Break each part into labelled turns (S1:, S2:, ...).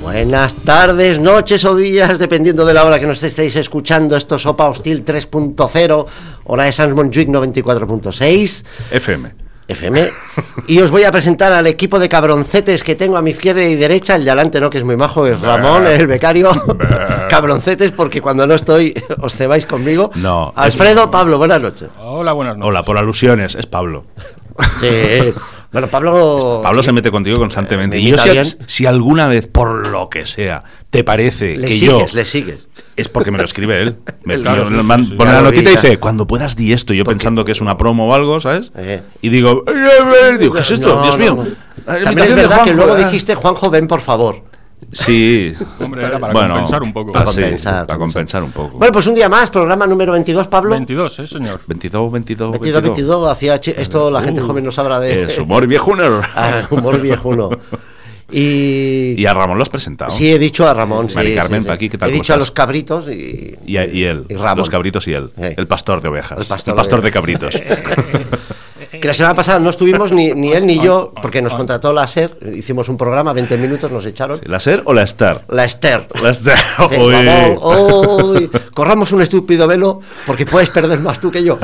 S1: Buenas tardes, noches o días, dependiendo de la hora que nos estéis escuchando. Esto es Sopa Hostil 3.0, hora de Sans Montjuic 94.6.
S2: FM.
S1: FM. Y os voy a presentar al equipo de cabroncetes que tengo a mi izquierda y derecha. El de adelante, ¿no? Que es muy majo, es Ramón, el becario. cabroncetes, porque cuando no estoy os cebáis conmigo.
S2: No, es-
S1: Alfredo, Pablo, buenas noches.
S3: Hola, buenas noches.
S2: Hola, por alusiones, es Pablo.
S1: Sí. eh. Bueno, Pablo.
S2: Pablo se mete contigo constantemente.
S1: me
S2: Y yo si,
S1: imita
S2: si-
S1: bien.
S2: si alguna vez, por lo que sea, te parece
S1: Le
S2: que
S1: sigues,
S2: yo...
S1: le sigues.
S2: Es porque me lo escribe él. Me
S1: El
S2: claro,
S1: guión,
S2: me
S1: sí,
S2: man-
S1: sí, sí.
S2: pone
S1: Ya
S2: la
S1: lo vi,
S2: notita y
S1: ya.
S2: dice, cuando puedas di esto, yo
S1: Porque-
S2: pensando que es una promo o algo, ¿sabes?
S1: Eh.
S2: Y digo, digo, ¿qué es esto?
S1: No,
S2: Dios
S1: no,
S2: mío.
S1: no.
S2: La
S1: También es
S2: imitación de
S1: verdad que
S2: Juanjo,
S1: luego
S2: ¿verdad?
S1: dijiste, Juanjo, ven por favor.
S2: Sí.
S3: Hombre, era para
S2: Bueno,
S3: compensar un poco.
S1: Para
S2: ah, sí,
S1: compensar.
S2: Para compensar un poco.
S1: Bueno, pues un día más, programa número 22, Pablo.
S3: 22, ¿eh, señor?
S2: 22, 22,
S1: 22, 22, hacía chi- esto la gente
S2: Uh,
S1: joven no sabrá de
S2: Es humor viejuner.
S1: eh. Ah, humor viejuno. Y,
S2: Y a Ramón lo has presentado.
S1: sí, he dicho a Ramón, sí,
S2: Mari
S1: sí,
S2: Carmen,
S1: sí.
S2: Paqui, ¿qué tal?
S1: He
S2: ¿Cómo
S1: dicho a
S2: estás?
S1: los cabritos y,
S2: Y, a- y él,
S1: y Ramón.
S2: los cabritos y él,
S1: Sí.
S2: el pastor de ovejas,
S1: El
S2: el
S1: pastor
S2: pastor,
S1: de
S2: de, cabritos.
S1: Que la semana pasada no estuvimos ni, ni él ni yo, porque nos contrató la SER, hicimos un programa, 20 minutos, nos echaron.
S2: ¿La ser o la estar?
S1: La Esther.
S2: La estar.
S1: Eh,
S2: Uy.
S1: Ramón, uy, corramos un estúpido velo porque puedes perder más tú que yo.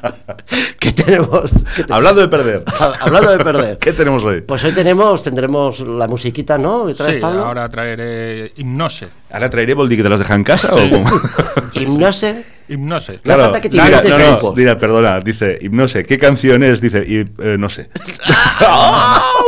S1: ¿Qué tenemos? ¿Qué te-
S2: Hablando de perder.
S1: Ha- hablando de perder.
S2: ¿Qué tenemos hoy?
S1: Pues hoy tenemos, tendremos la musiquita, ¿no? ¿Otra vez,
S3: Sí,
S1: Pablo?
S3: ahora traeré hipnose.
S2: ¿Ahora traeré Boldi que te las deja en casa o
S3: Sí.
S2: cómo?
S1: Hipnose.
S3: Hipnose.
S1: La- falta que este te
S2: dirá,
S1: inventes
S2: no, no,
S1: grupos.
S2: dirá, perdona, dice, y no sé, ¿qué canción es? Dice, y, eh, no sé.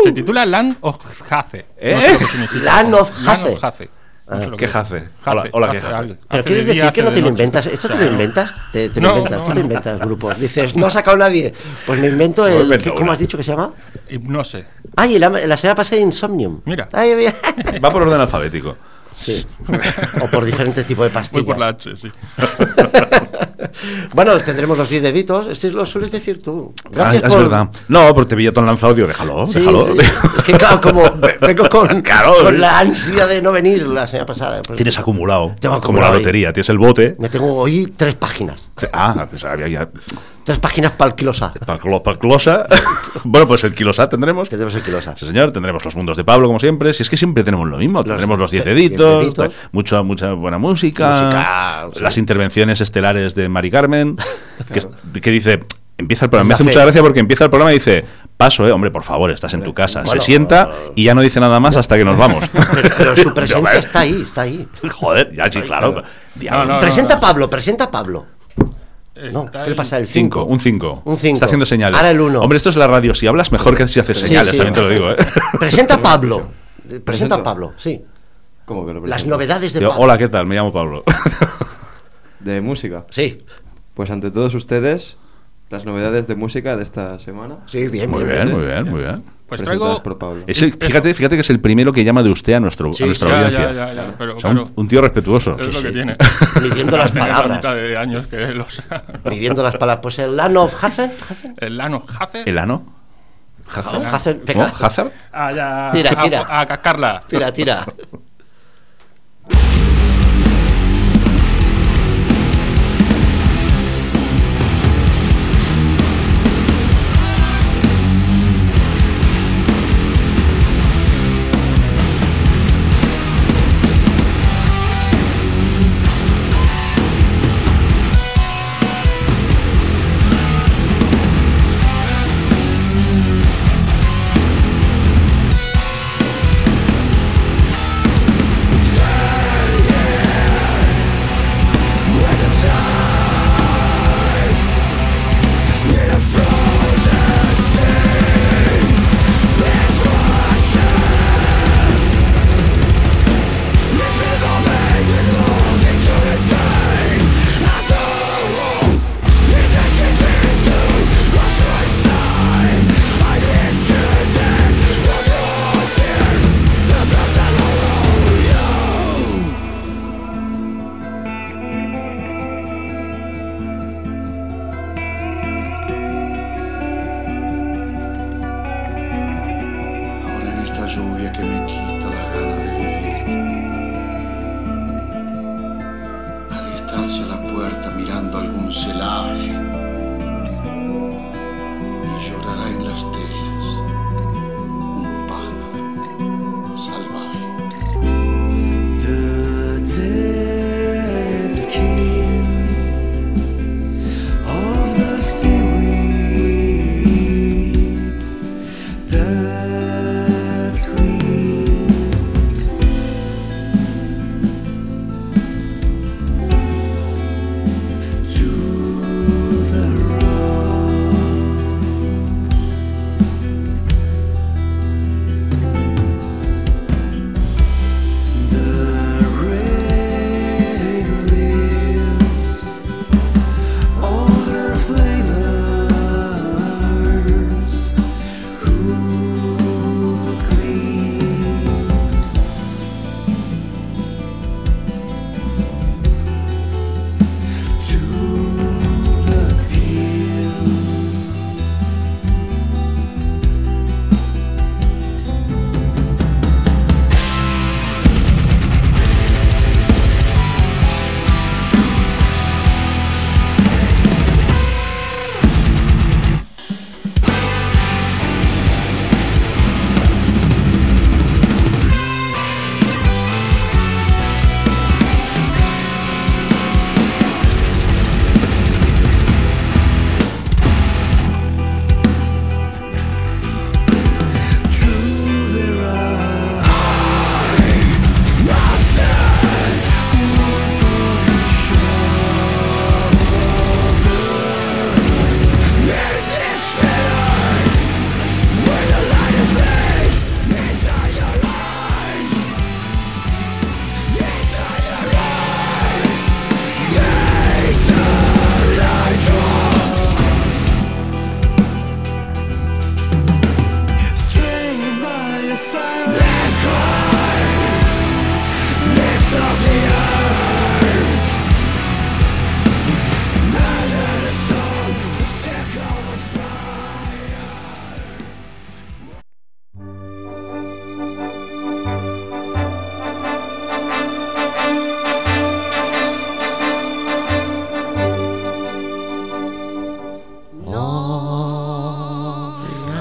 S3: Se titula Land of Hace.
S2: ¿Eh?
S3: No sé lo que significa.
S1: Land of Ah,
S3: Land
S1: Hace.
S3: of Hace. No sé lo
S2: ¿Qué
S3: es.
S2: Hace? Hola- hola, ¿qué Hace?
S3: algo.
S1: Pero quieres
S3: Hace de
S1: decir
S3: día,
S1: que
S3: hace
S1: no
S3: de
S1: te lo
S3: noche.
S1: inventas. ¿Esto
S3: O
S1: te
S3: sea,
S1: lo inventas? ¿Te, te lo
S3: No,
S1: inventas?
S3: no,
S1: Tú te
S3: no.
S1: inventas grupos. Dices, no ha sacado nadie. Pues me invento
S2: Pues
S1: el.
S2: inventa
S1: ¿Cómo
S2: una.
S1: has dicho que se llama?
S3: Hipnose.
S1: Ay, la, la semana pasada Insomnium.
S3: Mira.
S1: Ay, mira.
S2: Va por orden alfabético.
S1: Sí. O por diferentes tipos de
S3: Voy por la
S1: pastillas.
S3: H, sí.
S1: Bueno, tendremos los 10 deditos. Esto lo sueles decir tú. Gracias
S2: Ah, es
S1: por.
S2: verdad. No, porque te pillé tan lanzado, digo, déjalo,
S1: Sí,
S2: déjalo.
S1: sí. Es que claro, como ve- vengo con,
S2: Claro.
S1: con la ansia de no venir la semana pasada. pues,
S2: Tienes acumulado,
S1: Tengo
S2: como
S1: acumulado
S2: la
S1: ahí.
S2: lotería, tienes el bote.
S1: Me tengo hoy tres páginas.
S2: Ah, pues había ya
S1: Tres páginas para el Kilosa.
S2: para clo- para closa. bueno, pues el kilosat tendremos.
S1: Tenemos el Kilosa.
S2: Sí, señor, tendremos los mundos de Pablo, como siempre. Si es que siempre tenemos lo mismo, tendremos los 10
S1: te- diez
S2: deditos,
S1: deditos.
S2: te- mucha, mucha buena música,
S1: Música, sí.
S2: las intervenciones estelares de Mari Carmen, que, es- que dice, empieza el programa. Me
S1: La
S2: hace
S1: fe.
S2: mucha gracia porque empieza el programa y dice, paso, eh, hombre, por favor, estás en tu casa. Se
S1: Bueno,
S2: sienta y ya no dice nada más hasta que nos vamos.
S1: Pero, pero su presencia
S2: No,
S1: está ahí, está ahí.
S2: Joder, ya sí, claro. Diablo.
S3: No, no,
S1: presenta
S3: no.
S1: Pablo, presenta Pablo. No,
S3: Está
S1: ¿qué le
S3: el-
S1: pasa? El
S2: Cinco,
S1: 5.
S2: un 5.
S1: Un cinco.
S2: Está haciendo señales.
S1: Ahora el uno.
S2: Hombre, esto es la radio. Si hablas, mejor que si haces
S1: Sí,
S2: señales,
S1: sí.
S2: también te lo digo, ¿eh?
S1: Presenta Pablo. Eh, Presenta
S4: ¿Presento?
S1: Pablo, sí.
S4: ¿Cómo que lo
S1: Las
S4: presento?
S1: novedades de
S2: Digo,
S1: Pablo.
S2: Pues Hola, ¿qué tal? Me llamo Pablo.
S4: De música.
S1: Sí.
S4: Pues ante todos ustedes, las novedades de música de esta semana.
S1: Sí, bien,
S2: Muy bien, muy bien, muy bien.
S3: Pues
S4: presentadas
S3: traigo.
S4: por Pablo.
S2: Es el- fíjate, fíjate que es el primero que llama de usted a, nuestro,
S1: Sí,
S2: a nuestra
S3: Ya,
S2: audiencia.
S3: ya, ya, ya. Pero
S2: O sea, un-
S3: claro.
S2: un, tío respetuoso.
S3: Es lo que
S1: sí.
S3: tiene.
S1: Midiendo las
S3: Tiene la
S1: palabras.
S3: mitad de años que los.
S1: Midiendo las palabras. Pues el Land of Hazen. Hazen.
S3: El Land of Hace.
S2: ¿El ano? ¿Hazard?
S1: Hazard, venga.
S2: ¿No? ¿Hazard?
S3: Allá.
S1: Tira,
S3: a-
S1: tira.
S3: A, cascarla.
S1: Tira, tira.
S5: Ahora en esta lluvia que me quita las ganas de vivir. A distancia la puerta mirando algún celaje. Y llorará en las telas un pájaro salvaje.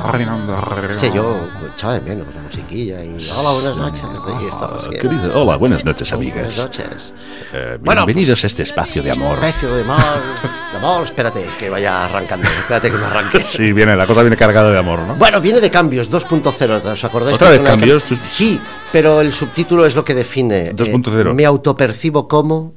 S2: Ah,
S3: Reinando, reinando.
S1: Sí, yo echaba de menos la musiquilla y hola, buenas noches. Y estabas,
S2: Ah, querido, hola, buenas noches,
S1: Buenas
S2: amigas.
S1: noches.
S2: Eh,
S1: Bueno,
S2: bienvenidos
S1: pues,
S2: a este espacio de amor.
S1: Precio de amor, de amor. Espérate que vaya arrancando. Espérate que no arranque.
S2: Sí, viene, la cosa viene cargada de amor, ¿no?
S1: Bueno, viene de cambios 2.0, ¿os acordáis?
S2: ¿Otra
S1: que
S2: vez
S1: fue una
S2: cambios?
S1: cam-
S2: Tú-
S1: Sí, pero el subtítulo es lo que define. eh,
S2: 2.0.
S1: me autopercibo como...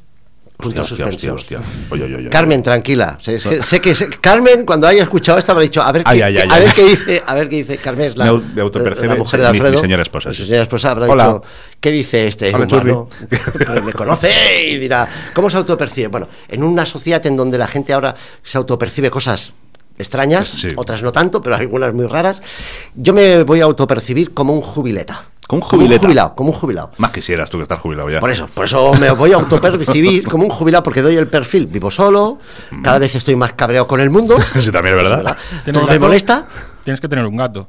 S1: Puntos
S2: Hostia, hostia,
S1: suspensivos.
S2: hostia, hostia. Oye, oye, oye.
S1: Carmen, tranquila. Sé, sé- sé que sé- Carmen, cuando haya escuchado esto, habrá dicho, a ver,
S2: Ay,
S1: qué,
S2: ay,
S1: qué-
S2: ay,
S1: a
S2: ay.
S1: ver qué dice, a ver qué dice. Carmen es la,
S2: Me au- me autopercibe
S1: la mujer de
S2: mi- mi
S1: Alfredo.
S2: señora esposa,
S1: Su
S2: sí.
S1: señora esposa habrá
S2: Hola.
S1: dicho, ¿qué dice este
S2: Hola,
S1: humano? Pero me conoce y dirá, ¿cómo se autopercibe? Bueno, en una sociedad en donde la gente ahora se autopercibe cosas extrañas,
S2: Sí.
S1: otras no tanto, pero algunas muy raras, yo me voy a autopercibir como un jubileta.
S2: ¿Como un
S1: Como
S2: jubileta?
S1: un jubilado, como un jubilado.
S2: Más quisieras tú que estás jubilado ya.
S1: Por eso, por eso me voy a autopercibir como un jubilado porque doy el perfil. Vivo solo, cada vez estoy más cabreado con el mundo.
S2: Mm. Sí, también es verdad.
S3: ¿Tienes
S1: Todo me
S3: gato?
S1: molesta.
S3: Tienes que tener un gato.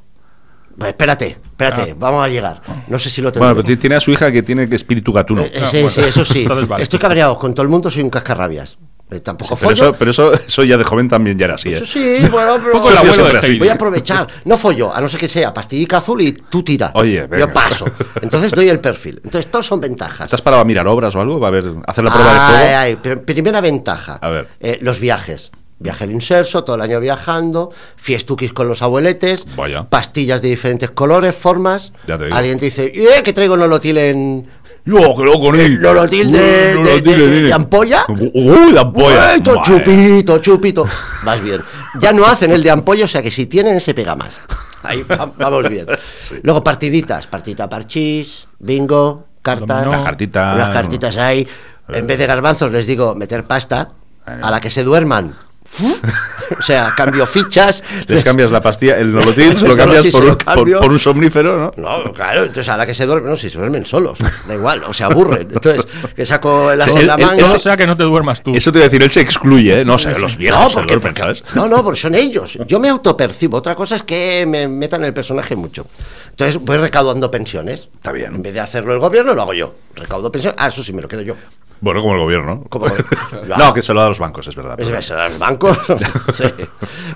S1: Pues espérate, espérate, vamos a llegar. No sé si lo tengo.
S2: Ah. Bueno, Ah, pero ti- tiene a su hija que tiene que espíritu gatuno.
S1: Eh, eh, sí, sí, eso sí.
S3: Entonces, vale.
S1: Estoy cabreado con todo el mundo, soy un cascarrabias. Eh, tampoco
S2: Pero,
S1: follo.
S2: eso, pero eso, eso ya de joven también ya era así. ¿eh?
S1: Eso sí, bueno, pero
S2: Poco el abuelo de Heidi.
S1: voy a aprovechar. No follo, a no ser que sea pastillica azul y tú tira.
S2: Oye, venga.
S1: yo paso. Entonces doy el perfil. Entonces, todos son ventajas.
S2: ¿Te has parado a mirar obras o algo? ¿Va a ver, hacer la prueba
S1: Ay,
S2: de fuego?
S1: ay, pero primera ventaja.
S2: A ver.
S1: Eh, los viajes. Viaje al inserso, todo el año viajando, fiestuquis con los abueletes,
S2: Vaya.
S1: pastillas de diferentes colores, formas.
S2: Ya te digo.
S1: Alguien te dice, "Eh, que traigo nolotil en...
S2: ¡Yo, qué loco,
S1: Eh,
S2: Nick!
S1: Nolotil de-
S2: Uy,
S1: de-
S2: Nolotil
S1: de- de-
S2: Nick.
S1: de ampolla.
S2: ¡Uy, de ampolla!
S1: ¡Ueto,
S2: Madre.
S1: chupito, chupito! Vas bien. Ya no hacen el de ampollo, o sea que si tienen se pega más. Ahí va- vamos bien. Luego partiditas, partidita parchís, bingo, cartas.
S3: Dominó.
S2: Las cartitas.
S1: Unas cartitas ahí. En vez de garbanzos les digo meter pasta, a la que se duerman. o sea, cambio fichas.
S2: Les cambias la pastilla, el nolotil, se lo
S1: El
S2: cambias
S1: Nolotil
S2: por,
S1: se lo
S2: un- por-
S1: cambio.
S2: por un somnífero, ¿no?
S1: No, claro, entonces a la que se duermen, no, si se duermen solos, da igual, o se aburren. Entonces, que saco el as en
S2: El-
S1: la
S2: el-
S1: manga.
S2: Eso-
S3: Todo sea que no te duermas tú.
S2: Eso te iba a decir, él se excluye, ¿eh? No, sé, los viejos
S1: No,
S2: se
S1: porque,
S2: duermen, ¿sabes?
S1: no, no, porque son ellos. Yo me autopercibo. Otra cosa es que me metan en el personaje mucho. Entonces voy recaudando pensiones.
S2: Está bien.
S1: En vez de hacerlo el gobierno, lo hago yo. Recaudo pensiones. Ah, eso sí, me lo quedo yo.
S2: Bueno, como el gobierno.
S1: Como-
S2: no, que se lo da a los bancos, es verdad.
S1: Es- es- los bancos. Sí.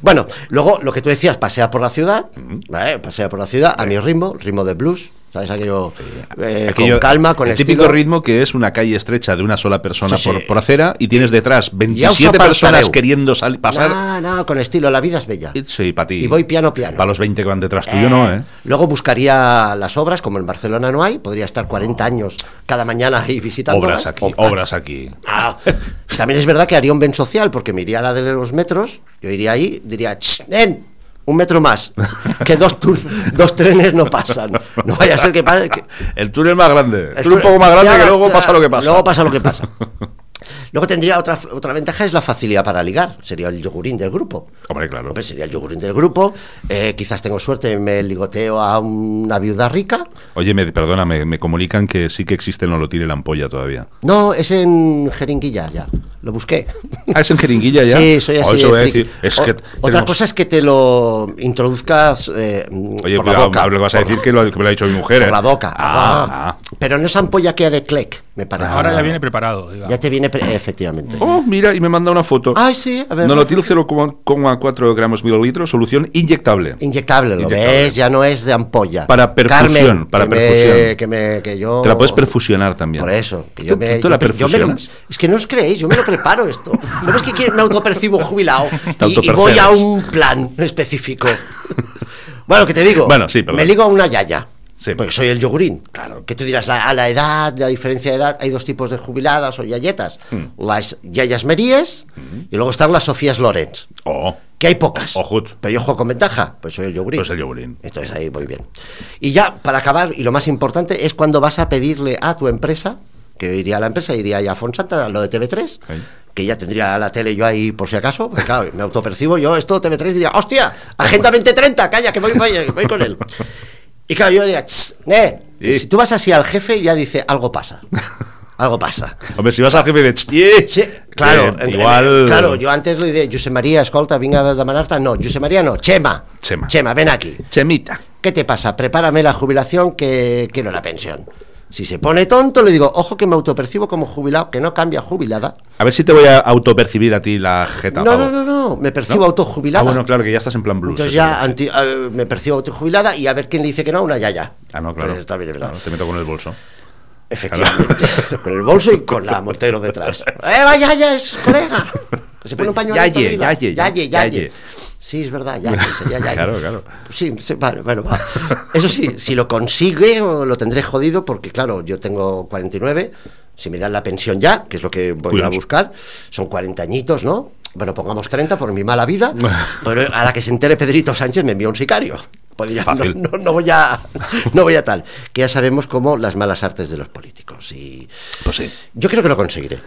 S1: Bueno, luego lo que tú decías, pasear por la ciudad. ¿vale? Pasear por la ciudad a mi ritmo, ritmo de blues. ¿Sabes? Aquello eh,
S2: Aquello-
S1: con calma, con
S2: el típico
S1: estilo.
S2: ritmo que es una calle estrecha de una sola persona
S1: Sí, sí.
S2: Por, por acera y tienes detrás
S1: Y auso
S2: 27
S1: para
S2: personas
S1: pareu.
S2: queriendo sali- pasar.
S1: No, no, con estilo. La vida es bella.
S2: Sí, para ti.
S1: Y voy piano, piano.
S2: Para los 20 que van detrás tuyo, no, ¿eh?
S1: Luego buscaría las obras, como en Barcelona no hay, podría estar 40 años cada mañana ahí visitando.
S2: Obras aquí, obras aquí.
S1: Ah, también es verdad que haría un ben social, porque me iría a la de los metros, yo iría ahí, diría, "Ch, nen, un metro más, que dos, tur- dos trenes no pasan. No vaya a ser que pase... que-
S2: El túnel más grande. El túnel un
S1: Esto-
S2: poco más grande
S1: ya,
S2: que luego
S1: ya,
S2: pasa lo que pasa.
S1: Luego pasa lo que pasa. Luego tendría otra, otra ventaja, es la facilidad para ligar. Sería el yogurín del grupo.
S2: Hombre, claro.
S1: Hombre, sería el yogurín del grupo. eh, quizás tengo suerte, me ligoteo a una viuda rica.
S2: Oye, me, perdona, me, me comunican que sí que existe el nolotil y la ampolla todavía.
S1: No, es en Jeringuilla ya. Lo busqué.
S2: Ah, es en jeringuilla ya.
S1: Sí, soy así.
S2: Oh, eso
S1: de
S2: voy a
S1: friki.
S2: decir, es
S1: O-
S2: que
S1: Otra
S2: tenemos-
S1: cosa es que te lo introduzcas eh,
S2: Oye,
S1: por la
S2: cuidado,
S1: boca.
S2: Pablo, que vas a
S1: por-
S2: decir que lo, que me lo ha dicho mi mujer.
S1: por
S2: ¿eh?
S1: la boca.
S2: Ah,
S1: Ah, Pero no es ampolla que de Clec, me parece.
S3: Ahora ya viene preparado. diga.
S1: Ya te viene, pre- eh, efectivamente.
S2: ah. Oh, mira, y me manda una foto.
S1: Ay, sí, a ver.
S2: Nolotil 0,4 gramos mililitros, solución inyectable.
S1: Inyectable, lo
S2: Inyectable.
S1: ves, ya no es de ampolla.
S2: Para perfusión,
S1: Carmen,
S2: para
S1: que me-
S2: perfusión.
S1: que me- que yo...
S2: Te la puedes perfusionar también.
S1: Oh. Por eso, que yo
S2: ¿Tú-
S1: me.
S2: tú la
S1: yo me- yo me lo-
S2: perfusionas?
S1: es que no os creéis, yo me lo preparo esto. No es que quiero- me autopercibo jubilado
S2: Te
S1: y, y voy
S2: autopercebes.
S1: a un plan específico. Bueno, que te digo,
S2: Bueno, sí, perdón.
S1: me ligo a una yaya.
S2: Sí.
S1: Porque soy el yogurín.
S2: Claro.
S1: Que tú dirás, la- a la edad, la diferencia de edad, hay dos tipos de jubiladas o yayetas.
S2: Mm.
S1: Las yayas meríes y luego están las Sofías Lorenz,
S2: Oh,
S1: que hay pocas.
S2: Ojut.
S1: Pero yo juego con ventaja, pues soy el yogurín.
S2: pues el yogurín.
S1: Entonces ahí muy bien. Y ya, para acabar, y lo más importante es cuando vas a pedirle a tu empresa, que yo iría a la empresa, iría ya a Fonsanta, a lo de TV3,
S2: Ahí.
S1: que ya tendría la tele yo ahí por si acaso, porque claro, me autopercibo yo, esto TV3 diría, hostia, Agenda 2030, calla, que voy, voy, voy con él. Y claro, yo diría, "Tss, ne". Y
S2: Sí.
S1: si tú vas así al jefe, ya dice, algo pasa, algo pasa.
S2: Hombre, si vas al jefe de... "Ch, eh".
S1: Sí, claro,
S2: Eh,
S1: en- en-
S2: igual...
S1: claro, yo antes lo dije, José María, escolta, vinga de Manarta, no, José María no, Chema,
S2: Chema.
S1: Chema, ven aquí.
S2: Chemita.
S1: ¿Qué te pasa? Prepárame la jubilación que quiero la pensión. Si se pone tonto, le digo, ojo que me autopercibo como jubilado, que no cambia jubilada.
S2: A ver si te voy a autopercibir a ti la jeta.
S1: No,
S2: pavo.
S1: no, no, no, me percibo
S2: ¿No?
S1: autojubilada.
S2: Ah, bueno, claro, que ya estás en plan blues.
S1: Entonces
S2: eso
S1: ya
S2: sí.
S1: anti- eh, me percibo autojubilada y a ver quién le dice que no, una yaya.
S2: Ah, no, claro.
S1: Pues está bien, es verdad.
S2: Claro, te meto con el bolso.
S1: Efectivamente. con el bolso y con la mortero detrás. ¡Eh, va, yaya, es colega! Que Se pone un pañuelo.
S2: Yaye, yaye,
S1: yaye, yaye,
S2: yaye.
S1: Sí, es verdad, yaye, sería yaye.
S2: Claro, claro.
S1: Sí, sí, vale, bueno, va. Eso sí, si lo consigue o lo tendré jodido, porque claro, yo tengo 49, si me dan la pensión ya, que es lo que voy
S2: Cuidado.
S1: a buscar, son 40 añitos, ¿no? Bueno, pongamos 30 por mi mala vida, pero a la que se entere Pedrito Sánchez me envía un sicario. Pues dirá, no,
S2: Fácil.
S1: no, no voy a, no voy a tal. Que ya sabemos cómo las malas artes de los políticos. Y
S2: Pues sí.
S1: yo creo que lo conseguiré.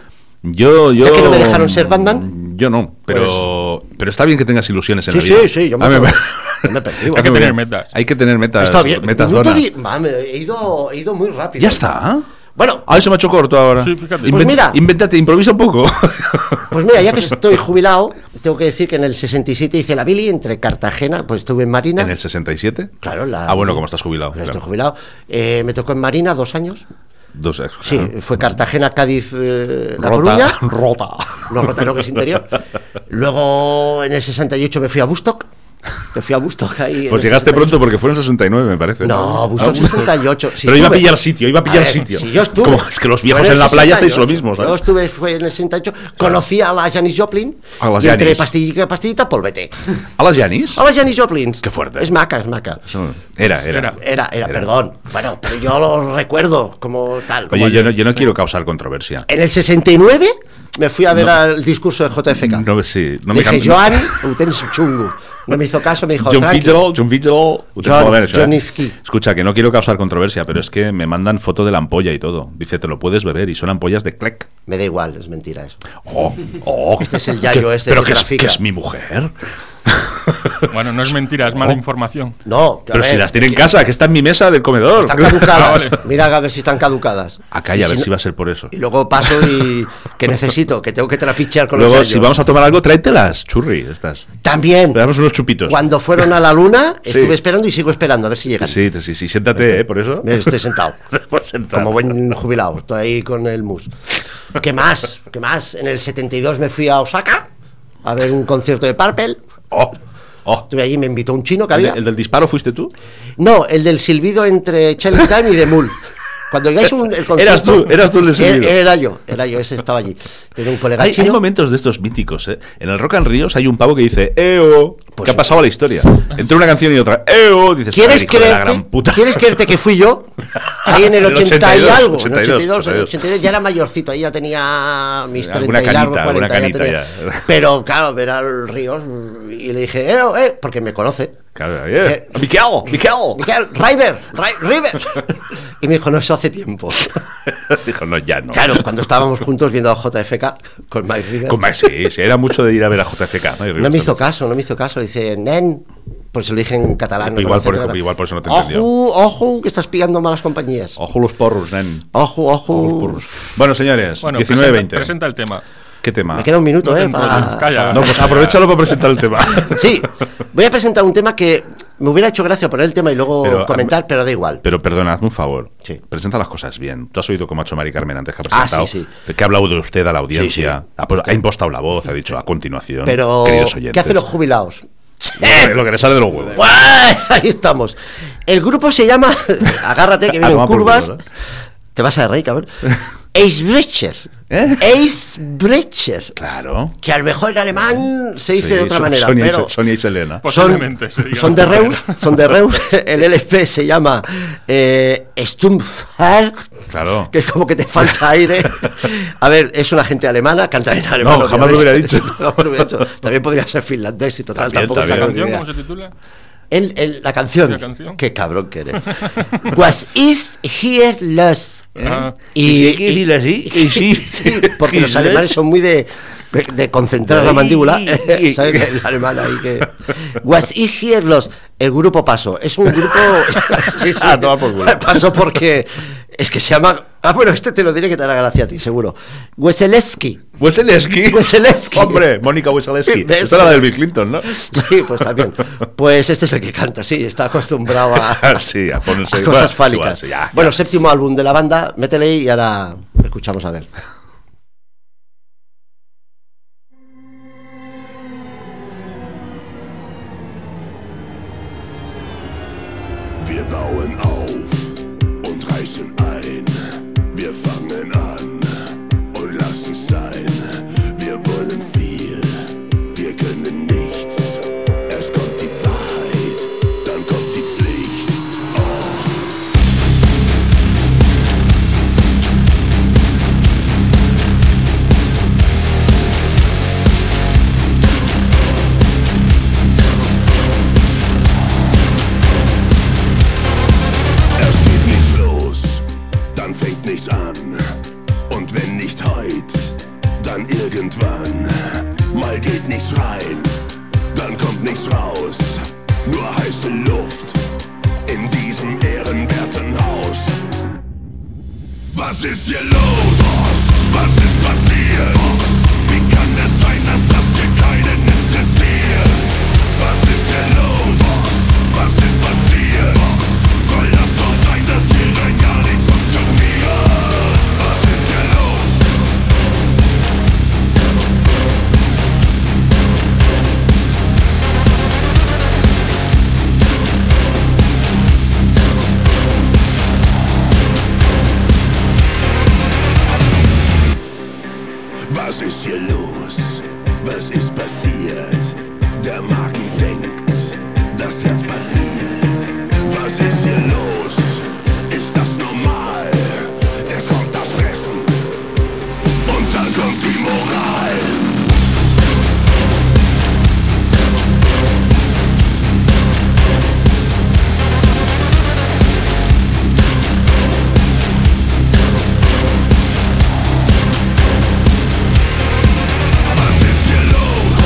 S2: Yo, yo.
S1: Ya que no me dejaron ser Batman. Pues
S2: Yo no, pero, pero está bien que tengas ilusiones en
S1: Sí,
S2: la
S1: sí,
S2: vida.
S1: sí, yo me-
S2: Ah,
S1: yo me percibo.
S2: Hay que
S3: Muy
S2: tener
S3: bien.
S2: metas. Hay que tener metas.
S1: Está bien.
S2: Metas
S1: Minuto
S2: donas.
S1: di- Mame, he, ido, he ido muy rápido.
S2: Ya está.
S1: Bueno,
S2: A ver, se me ha hecho corto ahora.
S3: Sí, fíjate.
S1: Pues mira.
S2: Inventate, improvisa un poco.
S1: Pues mira, ya que estoy jubilado, tengo que decir que en el 67 hice la Billy entre Cartagena, pues estuve en Marina.
S2: ¿En el 67?
S1: Claro, la-
S2: Ah, bueno, como estás jubilado.
S1: Estoy
S2: claro.
S1: jubilado. Eh, me tocó en Marina dos años.
S2: Dos ex-
S1: Sí, fue Cartagena, Cádiz, eh, La
S2: Rota,
S1: Coruña.
S2: rota.
S1: No, Rota no, que es interior. Luego en el 68 me fui a Bustock. Me fui a Bustock ahí. en
S2: Pues
S1: el
S2: llegaste
S1: 68.
S2: pronto porque fueron 69, me parece.
S1: No, Bustock
S2: Ah,
S1: 68. Si
S2: Pero iba a
S1: estuve.
S2: pillar sitio, iba a pillar
S1: ver,
S2: sitio.
S1: Si yo estuve.
S2: Como es que los
S1: Fue
S2: viejos
S1: el
S2: en la playa hacéis
S1: 68.
S2: lo mismo,
S1: Yo
S2: ¿sabes?
S1: estuve fue en el 68. Conocí a la Janis Joplin.
S2: A la
S1: y entre
S2: Janis.
S1: pastillita y pastillita, polvete.
S2: ¿A las Janis?
S1: A la Janis Joplin.
S2: Qué fuerte.
S1: Es maca, es maca.
S2: Eso- Era, era.
S1: Era, era, perdón. Bueno, pero yo lo recuerdo como tal.
S2: Oye, yo no, yo no quiero causar controversia.
S1: En el 69 me fui a ver al discurso de JFK.
S2: No, sí, no
S1: Le
S2: me
S1: dije,
S2: cambie-
S1: Joan, utens chungu. No me hizo caso, me dijo,
S2: John
S1: tranqui.
S2: Fitzgerald, John Fitzgerald. Usted
S1: John-
S2: puede ver eso,
S1: John
S2: ¿eh?
S1: Ifki.
S2: Escucha, que no quiero causar controversia, pero es que me mandan foto de la ampolla y todo. Dice, te lo puedes beber y son ampollas de Clec.
S1: Me da igual, es mentira eso.
S2: Oh, oh.
S1: Este es el yayo este
S2: Pero
S1: que
S2: que es,
S1: trafica.
S2: que es mi mujer.
S3: Bueno, no es mentira, es mala
S1: Oh.
S3: información.
S1: No, que a
S2: Pero
S1: ver,
S2: si las tiene en casa, que está en mi mesa del comedor.
S1: Están
S2: Ah,
S1: caducadas.
S2: vale.
S1: Mira a ver si están caducadas.
S2: Acá ya, a ver si va a ser por eso.
S1: Y luego paso y que necesito, que tengo que trapichear con
S2: Luego,
S1: los
S2: si
S1: yayos.
S2: vamos a tomar algo, tráetelas, churri, estas.
S1: También,
S2: Le damos unos chupitos.
S1: cuando fueron a la luna,
S2: Sí.
S1: estuve esperando y sigo esperando, a ver si llegan.
S2: Sí, sí, sí, siéntate, ¿eh? Por eso.
S1: Me Este- estoy sentado.
S2: Por sentar.
S1: Como buen jubilado, estoy ahí con el mus. ¿Qué más? ¿Qué más? En el 72 me fui a Osaka a ver un concierto de Purple.
S2: Oh, oh.
S1: Estuve allí, me invitó un chino que
S2: ¿El, de-
S1: había.
S2: el del disparo fuiste tú?
S1: No, el del silbido entre Challenge Time y The Mule. Cuando llegáis un, el concierto, e-,
S2: Eras tú, eras tú el del silbido.
S1: Era, era yo, era yo, ese estaba allí. Tenía un colega
S2: Hay, hay
S1: chino.
S2: momentos de estos míticos, ¿eh? En el Rock and Ríos hay un pavo que dice ¡Eo!
S1: Pues
S2: que ha
S1: sí.
S2: pasado a la historia. Entre una canción y otra ¡Eo! Dices,
S1: ¿Quieres
S2: "Joder, hijo de la
S1: creerte,
S2: gran puta".
S1: ¿Quieres creerte que fui yo? Ahí en el
S2: El
S1: 80 y
S2: 82,
S1: algo, en el
S2: 82,
S1: 82, en el
S2: 82.
S1: 82, ya era mayorcito, ahí ya tenía mis
S2: Alguna
S1: 30 y largos,
S2: cañita,
S1: 40
S2: alguna
S1: ya tenía.
S2: cañita ya.
S1: Pero claro, ver al Ríos y le dije, eh, oh, eh, porque me conoce.
S2: Claro, eh.
S1: Eh,
S2: ¡Miquel! ¡Miquel!
S1: Miguel, River, Ri- River. Y me dijo, no, eso hace tiempo.
S2: Dijo, no, ya no.
S1: Claro, cuando estábamos juntos viendo a JFK con Mike River.
S2: Con más, sí, sí, era mucho de ir a ver a JFK. No, Y
S1: No
S2: Ríos
S1: me hizo
S2: también.
S1: caso, no me hizo caso. Le dice, nen. Pues se lo dije en catalán. no
S2: Igual
S1: conoce
S2: por-
S1: catalán.
S2: igual por eso no te
S1: ojo,
S2: entendió. Oh,
S1: Ojo, que estás pillando malas compañías.
S2: Ojo los porros, nen.
S1: Ojo,
S2: Ojo los
S1: ojo.
S2: porros. Bueno, señores,
S3: Bueno,
S2: 19-20.
S3: presenta, presenta el tema.
S2: ¿Qué tema?
S1: Me queda un minuto,
S3: No te
S1: ¿eh?
S3: enrolles,
S1: pa-
S3: calla.
S2: No, pues aprovechalo para presentar el tema.
S1: Sí, voy a presentar un tema que me hubiera hecho gracia poner el tema y luego
S2: Pero,
S1: comentar,
S2: ah,
S1: pero da igual.
S2: Pero perdona, hazme un favor.
S1: Sí.
S2: Presenta las cosas bien. Tú has oído cómo ha hecho Mari Carmen antes que ha
S1: Ah,
S2: presentado.
S1: sí,
S2: Que ha hablado de usted a la
S1: Sí,
S2: audiencia.
S1: sí.
S2: Ha, pues- ha impostado la voz, ha dicho a continuación.
S1: Pero,
S2: queridos oyentes.
S1: ¿qué hacen los jubilados? ¡Eh,
S2: Lo que- Lo que le sale de los huevos.
S1: Pues, Ahí estamos. El grupo se llama, agárrate que
S2: A
S1: vienen
S2: tomar Ah, por
S1: curvas,
S2: culo, ¿no?
S1: te vas a reír, cabrón. Ace Brecher.
S2: ¿Eh?
S1: Ace Brecher.
S2: Claro.
S1: Que a lo mejor en alemán se dice
S2: Sí,
S1: de otra
S2: son-
S1: manera,
S2: Sonia, y
S1: pero... pues,
S2: Se- Sonia y Selena.
S3: Posiblemente se diga
S1: son de
S3: de otra
S1: Reus, son de Reus. El LP se llama eh, Stumpfhaar.
S2: Claro.
S1: que es como que te falta aire. A ver, es una gente alemana, canta en alemán.
S2: No, jamás lo hubiera
S1: obviamente.
S2: dicho.
S1: Jamás lo hubiera dicho. También podría ser finlandés y total,
S2: También,
S1: tampoco
S2: también.
S3: ¿La
S1: tengo ni
S3: canción
S1: idea.
S3: cómo se titula?
S1: El- el- la, canción.
S3: La canción.
S1: Qué cabrón que eres. Was is here los.
S3: Ah.
S2: Y sí, y sí, la sí, y sí.
S1: sí, porque los
S2: Sí,
S1: alemanes son muy de, de concentrar la
S2: Ay.
S1: mandíbula. ¿Sabes? El alemán ahí que. Was is here los. El grupo Paso. Es un grupo. sí, sí.
S2: Ah, toma por culo.
S1: Paso porque Es que se llama. Ah, bueno, este te lo diré que te hará gracia a ti, seguro. Weseleski.
S2: Weseleski.
S1: Weseleski.
S2: Hombre, Mónica Weseleski.
S1: ¿Ves?
S2: Esta era la del Bill Clinton, ¿no?
S1: Sí, pues también. Pues este es el que canta, sí, está acostumbrado a,
S2: Ah, sí, a ponerse
S1: a
S2: igual,
S1: cosas fálicas.
S2: igual, ya, ya.
S1: Bueno, séptimo álbum de la banda, métele ahí y ahora escuchamos a ver.
S6: Wir bauen auf und reichen ein. Wir fangen an und lassen sein. Wir wollen viel, wir können nichts. Erst kommt die Wahrheit, dann kommt die Pflicht. Erst geht nichts los, dann fängt nichts an. Und wenn nicht heut, dann irgendwann. Mal geht nichts rein, dann kommt nichts raus. Nur heiße Luft in diesem ehrenwerten Haus. Was ist hier los? Was ist passiert? Wie kann es sein, dass das hier keinen interessiert? Was ist hier los? Was ist passiert? Soll das so sein, dass hier rein gar nichts funktioniert? Was ist hier los? Was ist hier los? Was ist passiert? Der Magen denkt, das Herz pariert. Was ist hier los? Ist das normal? Erst kommt das Fressen und dann kommt die Moral. Was ist hier los?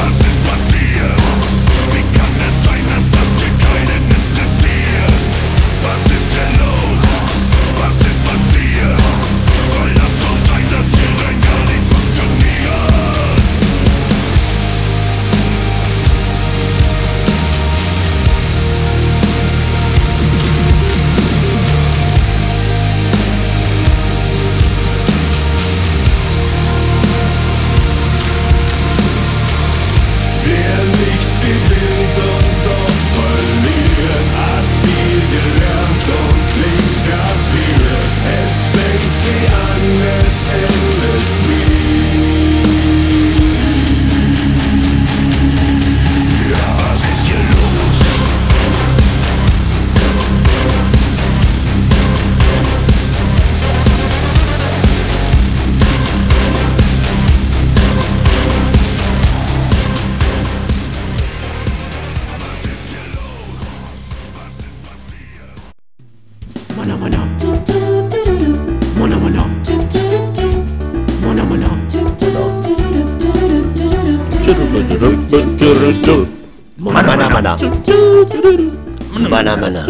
S6: Was ist passiert? Wie kann es sein, dass das hier keinen interessiert? Was ist hier los? Was ist passiert? Soll das so sein, dass hier rein gar nichts funktioniert? Wer nichts gewinnt und doch verliert, hat viel gelernt und nichts kapiert. Es fängt nie an, es endet nie. Ja, was ist hier los?
S1: Mana, mana, mana. Mana, mana.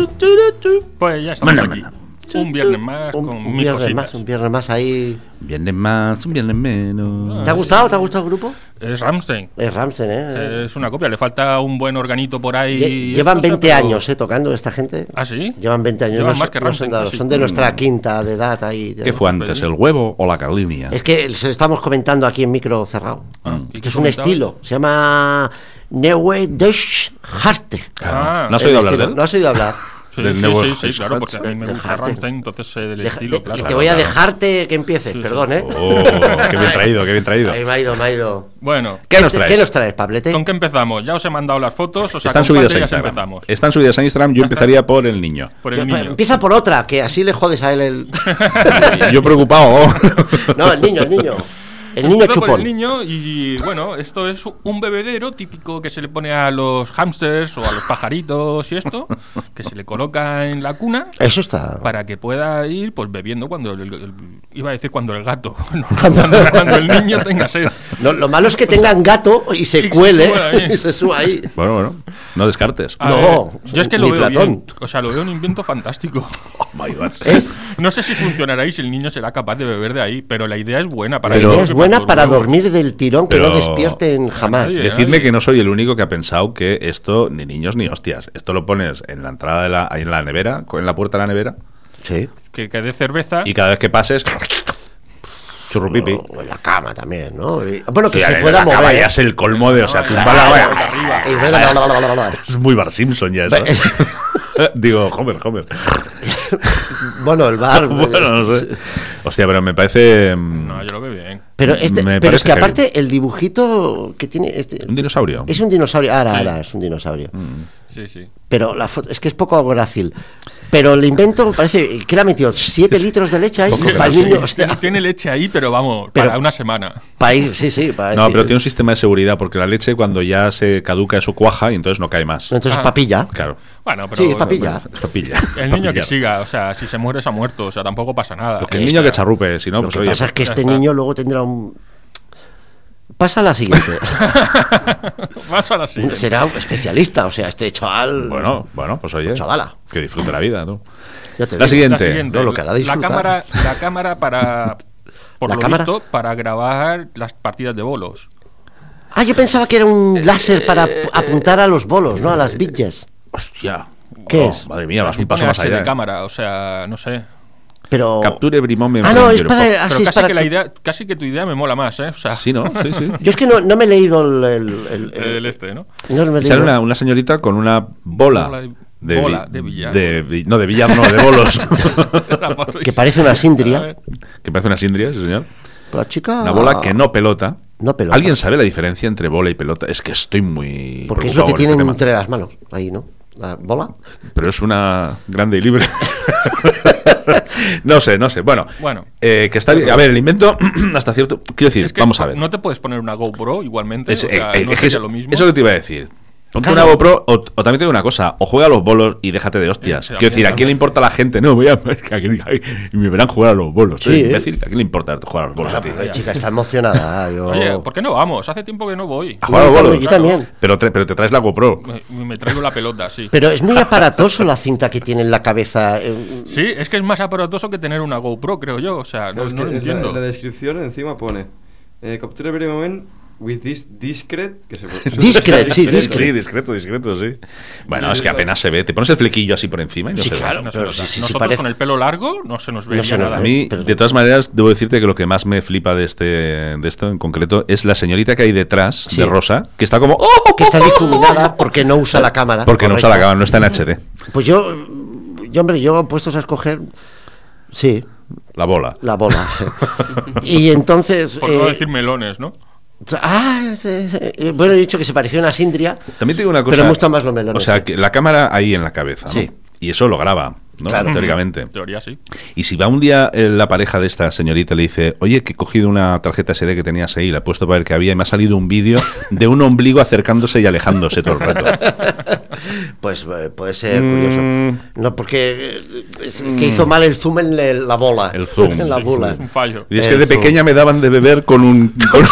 S3: Pues ya estamos
S2: Mana,
S3: aquí.
S2: mana.
S3: Un viernes más
S1: Un,
S3: con
S1: un
S3: mis
S1: viernes
S3: cositas.
S1: más, un viernes más ahí.
S2: Viernes más, un viernes menos.
S1: ¿Te ha gustado? ¿Te ha gustado el grupo?
S3: Es Ramstein.
S1: Es Ramsen, ¿eh?
S3: Es una copia, le falta un buen organito por ahí.
S1: Lle- Llevan
S3: Entonces,
S1: 20
S3: pero-
S1: años, ¿eh? Tocando esta gente.
S3: ¿Ah, sí?
S1: Llevan 20 años.
S3: Llevan
S1: no
S3: más
S1: son-
S3: que
S1: no
S3: Rammstein,
S1: son, de-
S3: casi.
S1: son de nuestra quinta de edad ahí.
S2: ¿Qué fue antes, el huevo o la carlinia?
S1: Es que se lo estamos comentando aquí en micro cerrado.
S2: Ah.
S3: ¿Y
S1: Esto
S3: qué
S1: es un
S3: comentaba?
S1: estilo. Se llama Neue Deutsch Harte.
S3: Ah,
S2: ¿No has oído
S1: El
S2: hablar de
S1: estilo.
S2: él?
S1: No has oído hablar.
S3: Sí,
S2: Del
S3: sí,
S2: nuevo
S3: sí, sí,
S2: Jesús
S3: claro, porque a mí me gusta
S1: Dejarte.
S3: Rammstein, entonces eh, del
S1: Deja-
S3: estilo,
S1: de-
S3: claro.
S1: y te voy a
S2: claro.
S1: dejarte que empieces,
S3: Sí, sí.
S1: perdón, ¿eh?
S2: Oh, qué bien traído, qué bien traído.
S1: Ahí me ha ido, me ha ido.
S3: Bueno,
S2: ¿Qué nos
S1: Este-
S2: traes?
S1: ¿Qué nos traes, Pablete?
S3: ¿con qué empezamos? Ya os he mandado las fotos, os
S2: Están
S3: acompaño
S2: subidas
S3: y
S2: a
S3: ya
S2: Instagram.
S3: empezamos.
S2: Están subidas a Instagram. Yo
S3: Ya está.
S2: empezaría por el niño.
S3: Por el
S1: Ya, pues, pa-
S3: niño.
S1: Empieza por otra, que así le jodes a él el.
S2: Yo preocupado.
S1: No, el niño, el niño. El niño
S3: Empiezo por el
S1: chupón.
S3: niño y bueno, esto es un bebedero típico que se le pone a los hamsters o a los pajaritos y esto, que se le coloca en la cuna
S1: Eso está.
S3: para que pueda ir pues bebiendo cuando el, el- iba a decir cuando el gato, no, cuando, cuando el niño tenga sed.
S1: Lo, lo malo es que tengan gato y
S3: Y
S1: se
S3: se
S1: cuele
S3: suba ahí.
S1: y se suba ahí.
S2: Bueno, bueno. No descartes.
S3: A
S1: No,
S3: ver, yo es que lo
S1: ni
S3: veo
S1: Platón.
S3: bien. O sea, lo veo un invento fantástico.
S2: Oh my God.
S1: Es,
S3: No sé si funcionará y si el niño será capaz de beber de ahí, pero la idea es buena para
S1: la
S2: Pero-
S1: idea es buena para
S3: dormir.
S1: dormir del tirón, que no
S2: Pero-
S1: despierten jamás.
S3: Nadie.
S2: Decidme que no soy el único que ha pensado que esto, ni niños ni hostias, esto lo pones en la entrada de la, ahí en la nevera, en la puerta de la nevera,
S1: Sí.
S3: Que, que dé cerveza.
S2: y cada vez que pases, churrupipi.
S1: O en la cama también, ¿no? Y- bueno, que
S2: Sí,
S1: se
S2: la-
S1: pueda
S2: la cama
S1: mover. ¿eh?
S2: Ya es el colmo de, o sea,
S3: No,
S2: tumba
S3: claro,
S2: la-
S3: de arriba.
S1: Y bla, bla, bla, bla, bla, bla.
S2: Es muy Bar Simpson ya eso.
S1: Ve- es-
S2: Digo, Homer, Homer.
S1: Bueno, el bar.
S2: Bueno, no sé. Hostia, pero me parece mm,
S3: No, yo lo veo bien.
S1: Pero, este,
S2: Me
S1: pero es
S2: parece
S1: que
S2: heavy.
S1: aparte el dibujito que tiene... este-
S2: un Mm. dinosaurio.
S1: es un dinosaurio. ah, Ahora,
S3: Sí.
S1: ahora, es un dinosaurio.
S3: Sí, sí.
S1: Pero la foto... Es que es poco grácil. Pero el invento parece... ¿Qué le ha metido? ¿Siete litros de leche ahí?
S2: poco
S1: Para el
S2: grácil.
S1: niño, o sea,
S3: Ah, tiene, tiene leche ahí, pero vamos,
S1: Pero-
S3: para una semana.
S1: para ir, sí, sí. Para
S2: No,
S1: decir-
S2: pero tiene un sistema de seguridad porque la leche cuando ya se caduca eso cuaja y entonces no cae más.
S1: Entonces
S3: Ah.
S1: papilla.
S2: Claro.
S3: Bueno, pero.
S1: Sí, es papilla.
S2: Esto pilla.
S3: El niño que siga, o sea, si se muere, se ha muerto, o sea, tampoco pasa nada.
S2: El niño que charrupe, si no,
S1: Lo
S2: pues
S1: que
S2: oye.
S1: pasa es que
S3: ya
S1: este
S3: está.
S1: niño luego tendrá un... Pasa a la siguiente.
S3: Más a la siguiente.
S1: Será un especialista, o sea, este chaval...
S2: Bueno, bueno, pues oye.
S1: Chavala.
S2: Que disfrute la vida, tú.
S1: ya te
S2: La
S1: digo.
S2: siguiente.
S1: No, lo que hará
S3: la
S1: disfrutar.
S3: cámara, la cámara para. Por
S1: ¿La
S3: lo
S1: cámara?
S3: visto, para grabar las partidas de bolos.
S1: Ah, yo pensaba que era
S2: Eh,
S1: un láser para ap- apuntar a los bolos, ¿no? A las villas.
S2: Hostia. Oh,
S1: ¿Qué es?
S2: Madre mía, vas
S3: Aquí
S2: un paso
S3: pone
S2: más
S3: H de
S2: allá. eh.
S3: cámara, o sea, no sé.
S1: Pero.
S2: Capture Brimón me
S1: Ah, no, es
S2: Pero-
S1: para. ah,
S3: pero
S1: sí, es
S3: casi,
S1: para-
S3: que la idea, casi que tu idea me mola más, ¿eh? O sea,
S2: Sí, ¿no? Sí, sí.
S1: Yo es que no, no me he leído el. el- el- el-
S3: el este, ¿no?
S1: no me he
S2: Y Sale
S1: leído.
S2: una, una señorita con una bola.
S3: Bola de-
S2: vi-
S3: bola de billar.
S2: de vi- no, de billar, no, de bolos.
S3: La parte-
S1: Que parece una
S3: A
S1: sindria.
S3: ver.
S2: que parece una sindria, sí, señor.
S1: Pero la chica.
S2: Una bola que no pelota.
S1: Ah. No pelota.
S2: ¿Alguien sabe la diferencia entre bola y pelota? Es que estoy muy.
S1: Porque es
S2: preocupado
S1: lo que
S2: con este
S1: tienen
S2: tema.
S1: entre las manos. Ahí, ¿no? La bola.
S2: Pero es una grande y libre. no sé, no sé. Bueno,
S3: Bueno.
S2: eh, que está bien. A ver, el invento hasta cierto. Quiero decir,
S3: Es que
S2: vamos a ver.
S3: No te puedes poner una GoPro igualmente.
S2: Es-
S3: o sea,
S2: eh, eh,
S3: no
S2: es que
S3: sería
S2: eso-
S3: lo mismo.
S2: Eso que te iba a decir. Ponte
S1: Claro.
S2: una GoPro o, o también te digo una cosa, o juega a los bolos y déjate de hostias.
S3: Sí, sí,
S2: Quiero decir, ¿a
S3: también.
S2: quién le importa a la gente? No, voy a y me verán jugar a los bolos.
S1: Sí,
S2: Soy
S1: ¿eh?
S2: imbécil, ¿A quién le importa jugar a los bolos?
S1: Ah,
S2: a ti?
S1: pero La chica está emocionada. Yo...
S3: Oye, ¿por qué no vamos? Hace tiempo que no voy.
S2: A jugar a los
S1: yo
S2: bolos.
S1: también.
S2: Pero, tra- pero te traes la GoPro.
S3: Me, me traigo la pelota, sí.
S1: Pero es muy aparatoso la cinta que tiene en la cabeza. eh,
S3: Sí, es que es más aparatoso que tener una GoPro, creo yo. O sea, no,
S4: es
S3: no
S4: que
S3: lo
S4: en la-
S3: entiendo.
S4: En la, descripción encima pone eh, Capture every moment with this discret. Que se
S1: Discret, sí, discret.
S2: Sí, discreto, discreto, sí. Bueno, es que apenas se ve. Te pones el flequillo así por encima y no
S1: Sí,
S2: se ve.
S1: claro.
S3: No se
S1: pero
S3: nos
S1: sí,
S3: da.
S1: sí, sí,
S3: Nosotros
S1: parece-
S3: con el pelo largo no se nos veía
S1: se nos
S3: nada.
S2: A
S1: ve.
S2: mí,
S1: Pero-
S2: de todas maneras, debo decirte que lo que más me flipa de este de esto en concreto es la señorita que hay detrás
S1: Sí.
S2: de Rosa, que está como ¡Oh!
S1: Que está difuminada porque no usa la cámara.
S2: porque no usa la
S1: correcto.
S2: cámara, no está en HD.
S1: Pues yo. Yo, hombre, yo puestos a escoger. Sí,
S2: La bola.
S1: La bola. sí. y entonces.
S3: Por no
S1: eh,
S3: decir melones, ¿no?
S1: ah, sí, sí. Eh, bueno, he dicho que se pareció a una sindria.
S2: También te digo una cosa.
S1: Pero me gustan más los melones.
S2: O sea, que la cámara ahí en la cabeza. ¿no?
S1: Sí.
S2: Y eso lo graba, ¿no?
S1: Claro.
S2: Teóricamente.
S3: En teoría sí.
S2: Y si va un día eh, la pareja de esta señorita y le dice, oye, que he cogido una tarjeta SD que tenías ahí, la he puesto para ver qué había y me ha salido un vídeo de un ombligo acercándose y alejándose todo el rato.
S1: Pues eh, puede ser
S2: Mm.
S1: curioso. No, porque eh, es que hizo mal el zoom en le- la bola.
S2: El zoom.
S1: en la bola.
S3: Un fallo.
S2: Y es que de
S1: Eso.
S2: pequeña me daban de beber con un, con,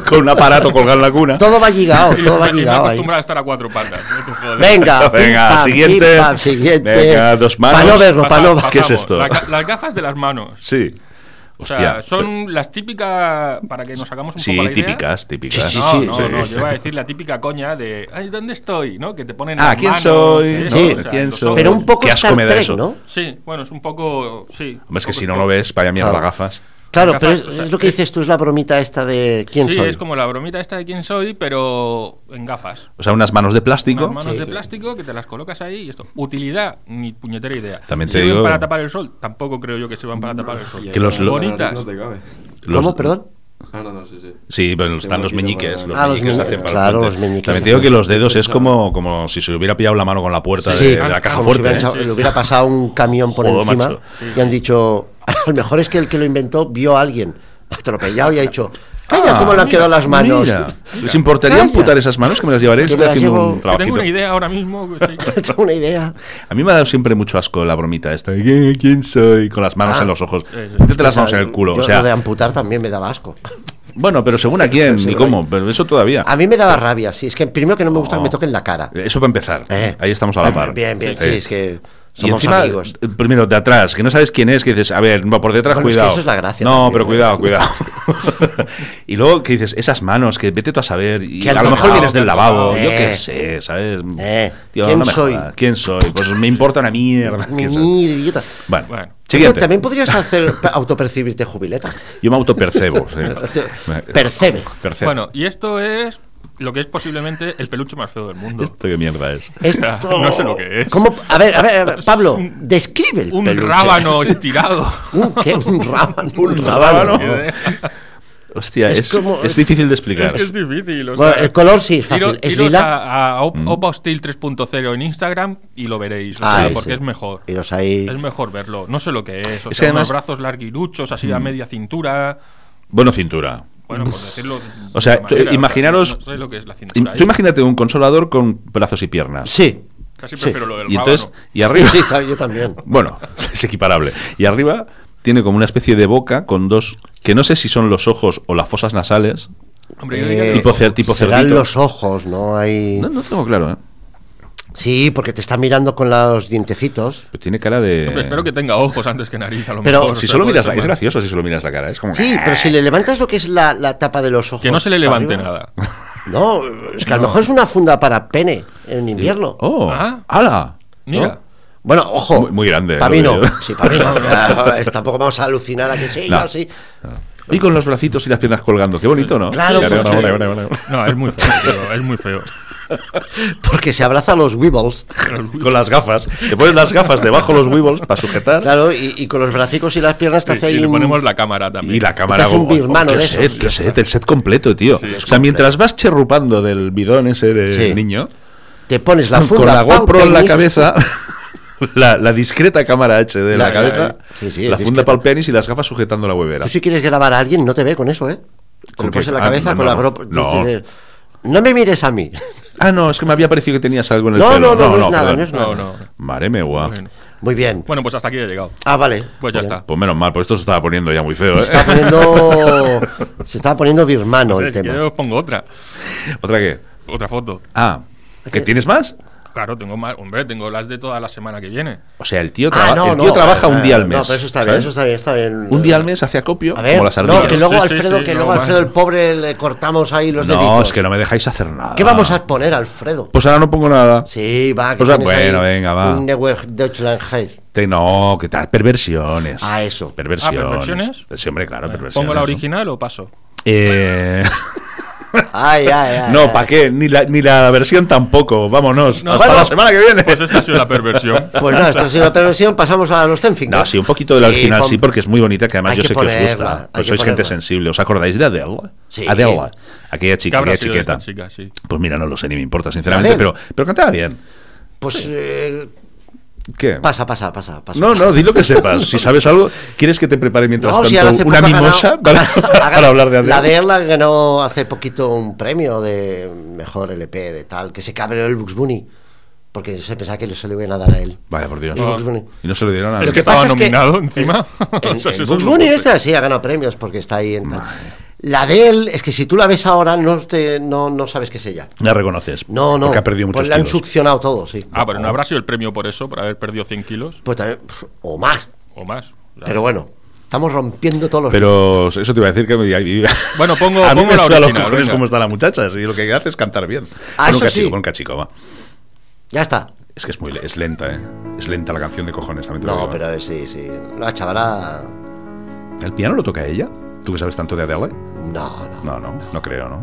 S2: con un aparato colgado en la cuna.
S1: Todo va llegado,
S3: Y
S1: todo va
S3: y me
S1: llegado ahí.
S3: acostumbra a estar a cuatro patas. no te jodas.
S1: Venga, pim,
S2: Venga,
S1: pam,
S2: siguiente.
S1: pim, pam, siguiente.
S2: Venga, dos manos.
S1: Pa' no verlo, pa'
S3: Pasa-
S1: no-
S2: ¿Qué es
S3: pasamos.
S2: esto?
S3: La ga- las gafas de las manos.
S2: Sí.
S3: O
S2: Hostia.
S3: sea, son las típicas, para que nos hagamos un
S2: sí,
S3: poco la idea.
S2: típicas, típicas.
S1: Sí,
S3: No,
S1: sí,
S3: no,
S1: sí.
S3: no, yo iba a decir la típica coña de, ay, ¿dónde estoy? ¿No? Que te ponen
S2: Ah,
S3: las
S2: ¿quién
S3: manos,
S2: soy?
S3: eso,
S1: Sí.
S3: o sea,
S2: ¿Quién
S3: los
S2: soy?
S3: ojos.
S1: Pero un poco
S2: Qué asco
S1: Star
S2: me da
S1: Trek,
S2: eso.
S1: ¿no?
S3: Sí, bueno, es un poco, sí.
S2: Hombre, es
S3: un
S2: que
S3: poco
S2: si no lo ves, vaya mierda
S1: Claro.
S2: las gafas.
S1: Claro,
S3: Las
S1: pero es,
S3: gafas, o sea,
S1: es lo que
S3: es-
S1: dices tú, es la bromita esta de quién
S3: sí,
S1: soy.
S3: es como la bromita esta de quién soy, pero en gafas.
S2: O sea, unas manos de plástico.
S3: Unas manos
S1: Sí,
S3: de
S1: sí.
S3: plástico que te las colocas ahí y esto. Utilidad, ni puñetera idea.
S2: También te
S3: ¿Sirven
S2: digo-
S3: para tapar el sol? Tampoco creo yo que sirvan para tapar el sol.
S2: Que los-
S3: Bonitas.
S4: No, te cabe.
S2: Los-
S1: ¿Cómo, perdón?
S4: Ah, no, no, sí, sí.
S2: Sí, pero están los
S4: Tengo aquí
S2: meñiques.
S4: de
S2: Los
S1: Ah, los
S2: meñiques
S1: meñiques,
S2: hacen para
S1: claro,
S2: el puente.
S1: los meñiques
S2: También te digo que
S1: hacen-
S2: los dedos es como, como si se le hubiera pillado la mano con la puerta de, de la caja
S1: ah, como si
S2: fuerte.
S1: hubiera
S2: ¿eh?
S1: echado-
S3: Sí,
S1: le
S3: sí.
S1: hubiera pasado un camión por
S2: Joder,
S1: encima
S2: macho.
S1: y han dicho, "Ah, a lo mejor es que el que lo inventó vio a alguien atropellado y ha dicho,
S2: Ah,
S1: ¡Calla, cómo le han
S2: mira,
S1: quedado las manos!
S2: mira. ¿Les importaría
S1: Calla.
S2: amputar esas manos que me las llevaré?
S1: Que
S2: Estoy
S1: me las
S2: haciendo
S1: llevo- Que
S2: un
S3: Que tengo
S2: trabajito.
S3: una idea ahora mismo. que sí.
S1: He hecho una idea.
S2: A mí me ha dado siempre mucho asco la bromita esta. de, "¿Qué- ¿Quién soy? Con las manos
S1: Ah.
S2: en los ojos.
S3: Sí, sí.
S2: Métete las manos en el
S1: Yo
S2: culo. O sea,
S1: lo de amputar también me daba asco.
S2: Bueno, pero según a quién y cómo, pero eso todavía.
S1: A mí me daba rabia, sí. Es que primero que no me gusta que me toquen la cara.
S2: Eso para empezar.
S1: Eh.
S2: Oh. Ahí estamos a la par.
S1: Bien, bien, sí,
S2: Eh.
S1: es que
S2: Y
S1: somos
S2: encima,
S1: amigos.
S2: eh, Primero, de atrás, que no sabes quién es, que dices, a ver, va por detrás,
S1: Bueno, es que
S2: cuidado.
S1: eso es la gracia
S2: No,
S1: también,
S2: pero
S1: ¿eh?
S2: cuidado, cuidado. y luego que dices, esas manos, que vete tú a saber. Y
S1: ¿Qué han
S2: a lo mejor
S1: tocado?
S2: vienes del lavabo,
S1: Eh.
S2: yo qué sé, ¿sabes?
S1: Eh, ¿quién soy?
S2: jodas. ¿Quién soy? Pues me importa una mierda.
S1: Ni-
S2: que eso.
S1: ni idiota.
S2: Bueno,
S3: Bueno.
S2: siguiente.
S1: Pero También podrías hacer autopercibirte jubileta.
S2: Yo me autopercebo. sí.
S1: Te- percebe.
S2: Percebo.
S3: Bueno, y esto es lo que es posiblemente el peluche más feo del mundo.
S2: Esto qué mierda es.
S1: Eh, Esto-
S3: No sé lo que es.
S1: ¿Cómo? A ver, a ver, a ver, Pablo, describe el
S3: Un
S1: peluche.
S3: rábano estirado.
S1: Un- ¿Qué? Un rábano.
S2: Un rábano. Hostia, es,
S1: Es como-
S2: es difícil de explicar.
S3: Es que es difícil. o
S1: Bueno,
S3: sea,
S1: el color sí es
S3: Iro-
S1: fácil. Es
S3: iros
S1: lila.
S3: a, a Op- Opa Hostil 3.0 en Instagram y lo veréis. o
S1: Ah,
S3: sea,
S1: ahí
S3: porque
S1: sí.
S3: es mejor.
S1: Iros ahí.
S3: Es mejor verlo. No sé lo que es. O
S2: Es
S3: sea,
S2: que además-
S3: unos brazos larguiruchos, así a media cintura.
S2: Bueno, cintura.
S3: Bueno, por decirlo. de
S2: O sea,
S3: una
S2: tú imaginaros-
S3: no sé lo que es la
S2: Y-
S3: cintura. ¿eh?
S2: Tú imagínate un consolador con brazos y piernas.
S1: Sí.
S3: Casi
S1: sí.
S3: prefiero lo del
S2: Y entonces,
S3: rábano.
S2: y arriba,
S1: Sí, sabe, yo también.
S2: bueno, es equiparable. Y arriba tiene como una especie de boca con dos, que no sé si son los ojos o las fosas nasales.
S3: Hombre, yo diría
S1: Eh,
S3: que
S2: tipo cer- tipo
S1: serán
S2: cerdito.
S1: los ojos, ¿no? Hay...
S2: No, no tengo claro, ¿eh?
S1: Sí, porque te está mirando con los dientecitos.
S2: Pero tiene cara de...
S3: Hombre, espero que tenga ojos antes que nariz, a lo
S1: Pero-
S3: mejor.
S2: Si
S3: o sea,
S2: solo
S3: puede
S2: miras...
S3: ser
S2: la- Es
S3: mal.
S2: gracioso si solo miras la cara. Es como...
S1: Sí, pero si le levantas lo que es la, la tapa de los ojos.
S3: Que no se le
S1: para
S3: levante
S1: arriba.
S3: nada.
S1: No, es que a lo mejor es una funda para pene en invierno.
S2: ¡Oh!
S3: Ah.
S2: ¡Hala! ¿No?
S3: Mira.
S1: Bueno, ojo.
S2: Muy- muy grande,
S1: Para mí
S2: lo
S1: no.
S2: que yo.
S1: Sí, para mí no. A ver, Tampoco vamos a alucinar a que sí,
S2: No.
S1: no, sí.
S2: Y con los bracitos y las piernas colgando. Qué bonito, ¿no? pues
S1: Claro,
S2: Mira,
S1: porque-
S2: mira, mira, mira, mira.
S3: No, es muy feo, tío, es muy feo.
S1: Porque se abraza a los weebles,
S2: Con las gafas. Te pones las gafas debajo los huevos para sujetar.
S1: claro, y, y con los bracicos y las piernas te hace
S3: Y, y
S1: ahí
S3: le
S1: un-
S3: ponemos la cámara también.
S2: Y la cámara.
S1: hace un
S2: oh, oh,
S1: birmano
S2: qué
S1: de
S2: set,
S1: esos.
S2: qué set, el set completo, tío. o sea,
S1: completo.
S2: mientras vas cherrupando del bidón ese del
S1: Sí.
S2: niño,
S1: Te pones la
S2: con
S1: funda.
S2: la
S1: Pau,
S2: GoPro en la
S1: tenis.
S2: cabeza, la, la discreta cámara HD de la,
S1: La-
S2: cabeza,
S1: sí, sí, es
S2: la funda
S1: discreta.
S2: para el penis y las gafas sujetando la huevera.
S1: Tú si quieres grabar a alguien, no te ve con eso, ¿eh? Te
S2: ¿Con
S1: lo pones
S2: qué?
S1: en la
S2: Ah,
S1: cabeza
S2: no,
S1: con la
S2: no.
S1: GoPro.
S2: No.
S1: dices, No me mires a mí.
S2: Ah, no, es que me había parecido que tenías algo en el
S1: No,
S2: pelo.
S1: no, no, no es nada,
S2: perdón.
S1: no es nada.
S3: No, no.
S2: Mare me guau.
S3: Bueno.
S1: Muy bien.
S3: Bueno, pues hasta aquí he llegado.
S1: Ah, vale.
S3: Pues ya
S1: Muy
S3: está.
S2: Pues menos mal, pues esto se estaba poniendo ya muy feo,
S1: bien.
S2: ¿eh?
S1: Se estaba poniendo, se estaba poniendo birmano el
S3: Eh, si quieres
S1: tema.
S3: os pongo otra.
S2: ¿Otra qué?
S3: Otra foto.
S2: Ah, ¿que tienes más?
S3: Claro, tengo más. Hombre, tengo las de toda la semana que viene.
S2: O sea, el tío,
S1: Ah,
S2: traba- el tío trabaja un
S1: eh,
S2: día al mes.
S1: No, pero eso está bien,
S2: ¿sabes?
S1: eso está bien, está bien.
S2: Un día al mes hace acopio,
S1: A ver,
S2: como las ardillas.
S1: no, que luego
S3: Sí, sí,
S1: Alfredo,
S3: sí,
S1: que
S3: no,
S1: luego
S3: vale.
S1: Alfredo el pobre le cortamos ahí los
S2: No,
S1: deditos.
S2: es que no me dejáis hacer nada.
S1: ¿Qué vamos a poner, Alfredo?
S2: Pues ahora no pongo nada.
S1: Sí, va, que
S2: Pues ah,
S1: tienes
S2: bueno,
S1: ahí
S2: venga, va.
S1: Un Neuer Deutschland Heist.
S2: Te- no, que tal, perversiones.
S1: Ah, eso.
S2: Perversiones.
S3: Ah, ¿perversiones?
S2: Pues Sí, hombre, claro, perversiones.
S3: ¿Pongo la
S2: ¿no?
S3: original o paso?
S2: Eh,
S1: Ay, ay, ay.
S2: no,
S1: ay.
S2: ¿para qué? Ni la, ni la versión tampoco. Vámonos.
S3: No,
S2: Hasta
S3: bueno,
S2: la semana que viene.
S3: Pues esta ha sido la perversión.
S1: Pues no, esto es una perversión, pasamos a los Tenfing.
S2: no, sí, un poquito de la original,
S1: pon-
S2: sí, porque es muy bonita, que además
S1: Hay
S2: yo
S1: que
S2: sé que os
S1: ponerla,
S2: gusta.
S1: hay
S2: Pues
S1: que
S2: sois gente
S1: ponerla.
S2: sensible. ¿Os acordáis de Adele?
S1: Sí.
S2: Adele, aquella
S3: ¿Qué
S2: chica,
S3: habrá
S2: aquella
S3: sido de esta
S2: chiqueta.
S3: chica? Sí.
S2: Pues mira, no lo sé ni me importa, sinceramente,
S1: Adele.
S2: pero, pero cantaba bien.
S1: Pues eh,
S2: ¿Qué?
S1: pasa, pasa, pasa. pasa.
S2: No, no, di lo que sepas. Si sabes algo, ¿quieres que te prepare mientras
S1: No,
S2: tanto
S1: si ahora hace poco
S2: una
S1: ha ganado-
S2: mimosa para,
S1: ha
S2: para hablar de
S1: ganado-
S2: Adele?
S1: La de él la ganó hace poquito un premio de mejor LP de tal, que se cabreó el Bugs Bunny, porque se pensaba que se lo iban a dar a él.
S2: Vaya, por Dios.
S1: El Bugs Bunny.
S2: Y no se Ah, lo dieron a
S1: Lo
S3: Pero
S1: que
S3: que estaba
S1: pasa es que-
S3: nominado encima.
S1: En,
S3: O sea,
S1: en
S3: si son
S1: Bugs
S3: los
S1: Bunny
S3: votos.
S1: esta sí ha ganado premios porque está ahí en tal. La de él es que si tú la ves ahora no, te, no, no sabes qué es ella.
S2: La reconoces.
S1: No, no.
S2: Porque ha perdido muchos
S1: pues la han
S2: kilos.
S1: succionado todo, sí.
S3: Ah, pero no habrá sido el premio por eso, por haber perdido 100 kilos
S1: Pues también, pf, o más.
S3: o más. O sea,
S1: Pero bueno, estamos rompiendo todos los.
S2: Pero eso te iba a decir que... me-
S3: Bueno, pongo-
S2: a mí
S3: pongo
S2: me
S3: la
S2: suda los
S3: original,
S2: cojones
S3: venga.
S2: cómo está la muchacha. Y lo que hace es cantar bien.
S1: Ah,
S2: con un
S1: eso
S2: cachico,
S1: sí.
S2: con un cachico, va.
S1: Ya está.
S2: Es que es muy... le- Es lenta, ¿eh? Es lenta la canción de cojones, también te lo
S1: No,
S2: digo, ¿eh?
S1: pero eh, sí, sí. La chavala.
S2: ¿El piano lo toca ella? ¿Tú que sabes tanto de Adele?
S1: No, no.
S2: No, no, no creo, ¿no?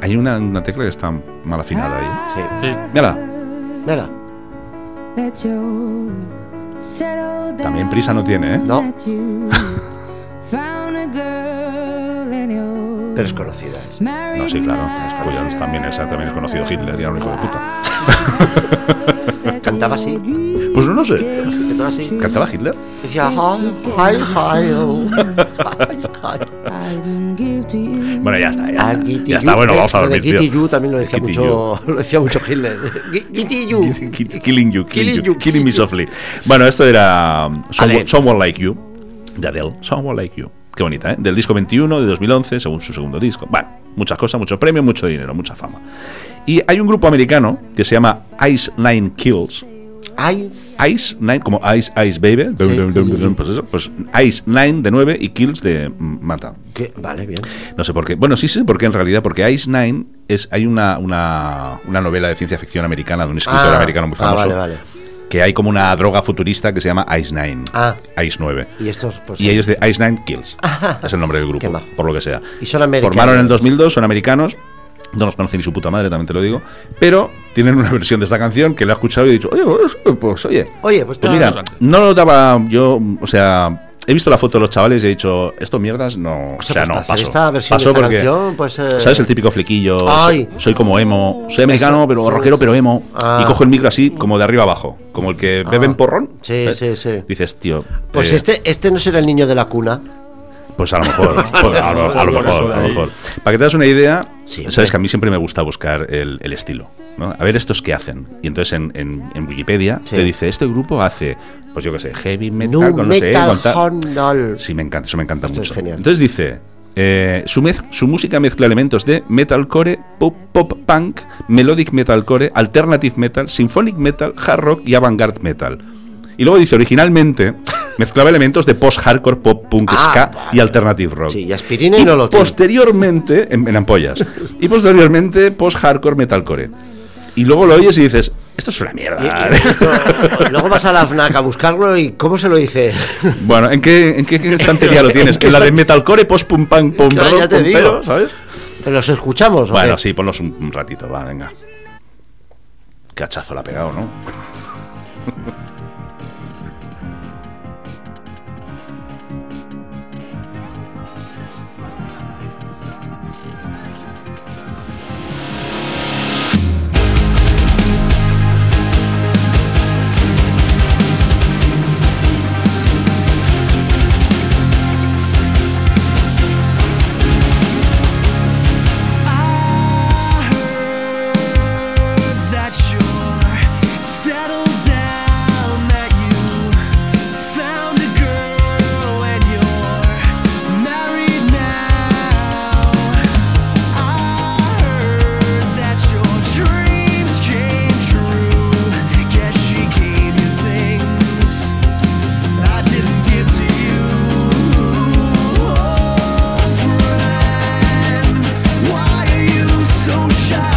S2: Hay una, una tecla que está mal afinada ahí.
S1: Sí.
S3: Sí.
S2: Mírala.
S1: Mira.
S2: También prisa no tiene, ¿eh?
S1: No. Pero
S7: Pero
S1: es conocida esa.
S2: No, sí, claro. Cuidado, también, esa, también es conocido Hitler, era un hijo de puta.
S1: Cantaba así.
S2: Pues no lo sé.
S1: Cantaba así.
S2: ¿Cantaba Hitler?
S1: Decía. "Hi, hi, oh". hi".
S2: Bueno, ya está, ya
S1: Ah,
S2: está.
S1: Gitty
S2: Ya está,
S1: You,
S2: bueno,
S1: eh,
S2: vamos a
S1: lo de
S2: dormir, tío.
S1: Gitty You también lo decía
S2: Gitty
S1: mucho, lo decía mucho Hitler. Gi- Gitty You.
S2: Kill- Killing you, killing
S1: Killing
S2: you,
S1: you,
S2: killing me
S1: killing you.
S2: softly. Bueno, esto era um, Someone,
S1: Adele.
S2: Someone Like You, de Adele. Someone Like You. Qué bonita, ¿eh? Del disco 21 de 2011, según su segundo disco. Bueno, muchas cosas, muchos premios, mucho dinero, mucha fama. Y hay un grupo americano que se llama Ice Nine Kills.
S1: Ay,
S2: Ice Nine, como Ice Ice Baby. Pues eso, pues Ice Nine de 9 y Kills de mm, Mata.
S1: que- vale, bien.
S2: No sé por qué. Bueno, sí sé por qué en realidad, porque Ice Nine es. Hay una, una, una novela de ciencia ficción americana de un escritor
S1: Ah,
S2: americano muy
S1: ah,
S2: famoso.
S1: vale, vale.
S2: Que hay como una droga futurista que se llama Ice Nine.
S1: Ah.
S2: Ice 9.
S1: Y estos, pues.
S2: Y ellos de Ice Nine Kills. es el nombre del
S1: Qué
S2: grupo,
S1: majo.
S2: por lo que sea.
S1: Y son americanos.
S2: Formaron en el 2002, son americanos. No los conoce ni su puta madre, también te lo digo. Pero tienen una versión de esta canción que lo he escuchado y he dicho, oye, pues, pues, oye.
S1: Oye, pues, está-
S2: Pues mira, no lo daba yo, o sea, he visto la foto de los chavales y he dicho, estos mierdas no, o
S1: sea,
S2: sea,
S1: pues,
S2: no,
S1: hacer
S2: paso.
S1: esta versión de
S2: Paso
S1: esta
S2: porque,
S1: canción, pues, eh,
S2: ¿sabes? El típico flequillo,
S1: Ay.
S2: soy como emo, soy americano,
S1: Eso,
S2: pero
S1: sí,
S2: rockero,
S1: sí.
S2: pero emo,
S1: Ah.
S2: y cojo el micro así, como de arriba abajo, como el que bebe en porrón.
S1: Sí,
S2: ¿sabes?
S1: sí, sí.
S2: Dices, tío,
S1: Pues
S2: eh,
S1: este, este no será el niño de la cuna.
S2: pues a lo mejor, pues a lo, a lo mejor, a lo mejor. Para que te das una idea,
S1: Sí, hombre.
S2: sabes que a mí siempre me gusta buscar el, el estilo, ¿no? A ver estos que hacen. Y entonces en, en- en Wikipedia
S1: Sí.
S2: te dice, este grupo hace, pues yo qué sé, heavy metal,
S1: Nu
S2: con no sé,
S1: metal
S2: con tal".
S1: Honol.
S2: Sí, me encanta, eso me encanta
S1: Esto es
S2: mucho.
S1: genial.
S2: Entonces dice, eh, su, mez- su música mezcla elementos de metalcore, pop, pop punk, melodic metalcore, alternative metal, symphonic metal, hard rock y avant-garde metal. Y luego dice, originalmente mezclaba elementos de post-hardcore, pop punk,
S1: Ah,
S2: ska
S1: vale.
S2: y alternative rock.
S1: Sí, y aspirina y no lo tiene.
S2: Posteriormente, en, en ampollas, y posteriormente post-hardcore metalcore. Y luego lo oyes y dices, esto es una
S1: Y- y
S2: mierda.
S1: esto- luego vas a la FNAC a buscarlo y ¿cómo se lo dice?
S2: Bueno, ¿en qué, en qué estantería lo tienes? ¿En la de metalcore, post pum pam, pum
S1: Ya,
S2: rock,
S1: ya te
S2: pum,
S1: digo.
S2: pero, ¿sabes?
S1: ¿Los escuchamos? o
S2: Bueno,
S1: qué?
S2: sí, ponlos un, un ratito, va, venga. Cachazo la ha pegado, ¿no?
S7: that you're settled down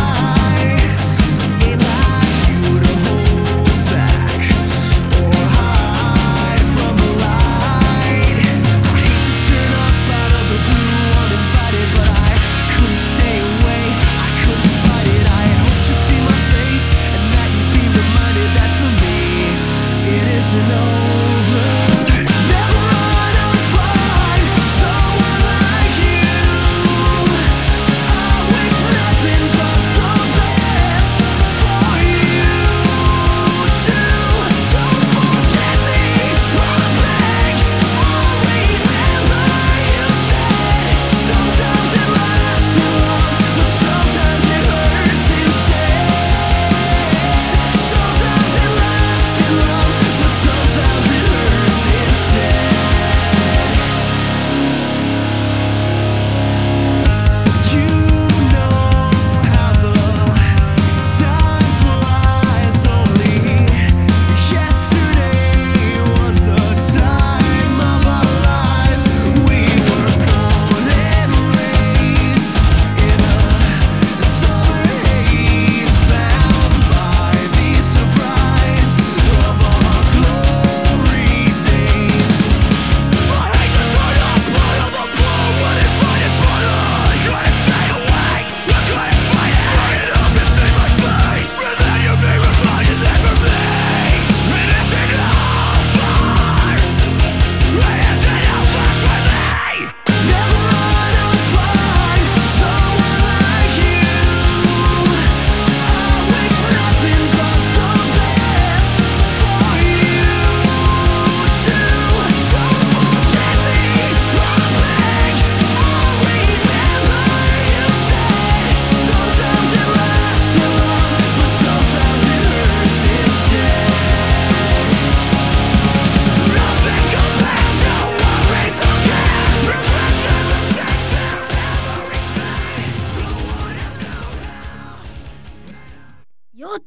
S6: Oh,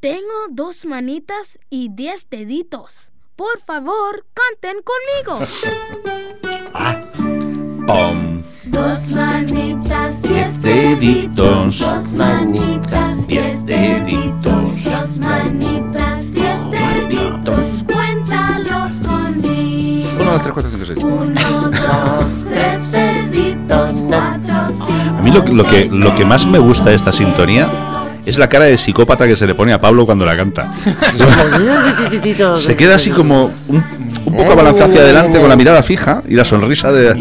S7: Tengo dos manitas y diez deditos. Por favor, canten conmigo.
S2: Pom.
S7: Dos manitas,
S2: diez deditos.
S7: Dos
S1: manitas,
S2: diez deditos.
S7: Dos manitas, diez deditos. Cuéntalos conmigo.
S2: 1, 2, 3, 4, 5, 6.
S7: Uno, dos, tres deditos, cuatro, cinco.
S2: A mí lo, que- lo que, lo que más me gusta de esta sintonía es la cara de psicópata que se le pone a Pablo cuando la canta. Se queda así como un, un poco abalanzado hacia adelante con la mirada fija y la sonrisa de...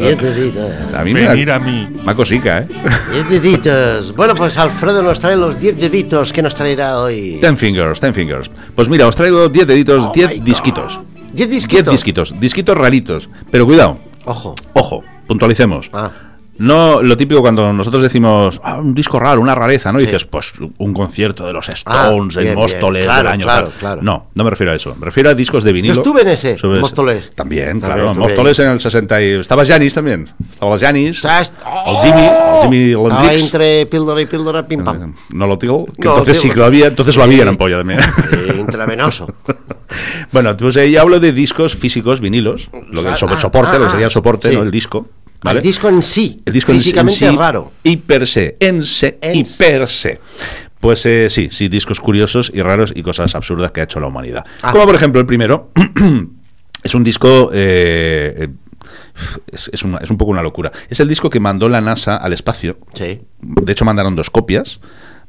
S1: Diez deditos.
S2: A mí me
S3: Venir
S2: da
S3: a mí.
S2: me da cosica, ¿eh?
S1: Diez deditos. Bueno, pues Alfredo nos trae los diez deditos que nos traerá hoy.
S2: Ten fingers, ten fingers. Pues mira, os traigo 10 deditos, 10 disquitos.
S1: Diez
S2: 10
S1: disquitos.
S2: disquitos, disquitos raritos. Pero cuidado,
S1: Ojo.
S2: ojo, puntualicemos.
S1: Ah,
S2: No lo típico cuando nosotros decimos "Ah, un disco raro, una rareza, ¿no? Y dices, pues un concierto de los Stones
S1: Ah, bien,
S2: en
S1: bien,
S2: Móstoles
S1: claro,
S2: del año
S1: claro,
S2: tal".
S1: claro.
S2: No, no me refiero a eso. Me refiero a discos de vinilo.
S1: Yo estuve en ese,
S2: Sobre-
S1: Móstoles. También
S2: También, claro.
S1: estuve
S2: Móstoles en el 60 y... Estabas Janis también. Estabas Janis.
S1: Estás-
S2: El Jimmy, el Jimmy
S1: Oh, estaba
S2: Londrix.
S1: entre píldora y píldora, pim pam.
S2: No lo digo, que
S1: No lo
S2: entonces sí
S1: digo.
S2: que lo había, entonces lo había
S1: Sí.
S2: en Ampolla también.
S1: Eh, intravenoso.
S2: Bueno, pues eh, yo hablo de discos físicos, vinilos, lo que el sobre-
S1: Ah,
S2: soporte,
S1: ah,
S2: lo que sería el soporte,
S1: sí.
S2: ¿no? El disco. ¿vale?
S1: El disco en sí.
S2: El disco en sí-
S1: físicamente
S2: en sí,
S1: raro.
S2: Y per se, en se,
S1: En
S2: y
S1: se.
S2: per se. Pues eh, sí, sí, discos curiosos y raros y cosas absurdas que ha hecho la humanidad.
S1: Ah.
S2: Como por ejemplo el primero, es un disco... eh, eh, es, es una- es un poco una locura. Es el disco que mandó la NASA al espacio.
S1: Sí.
S2: De hecho, mandaron dos copias.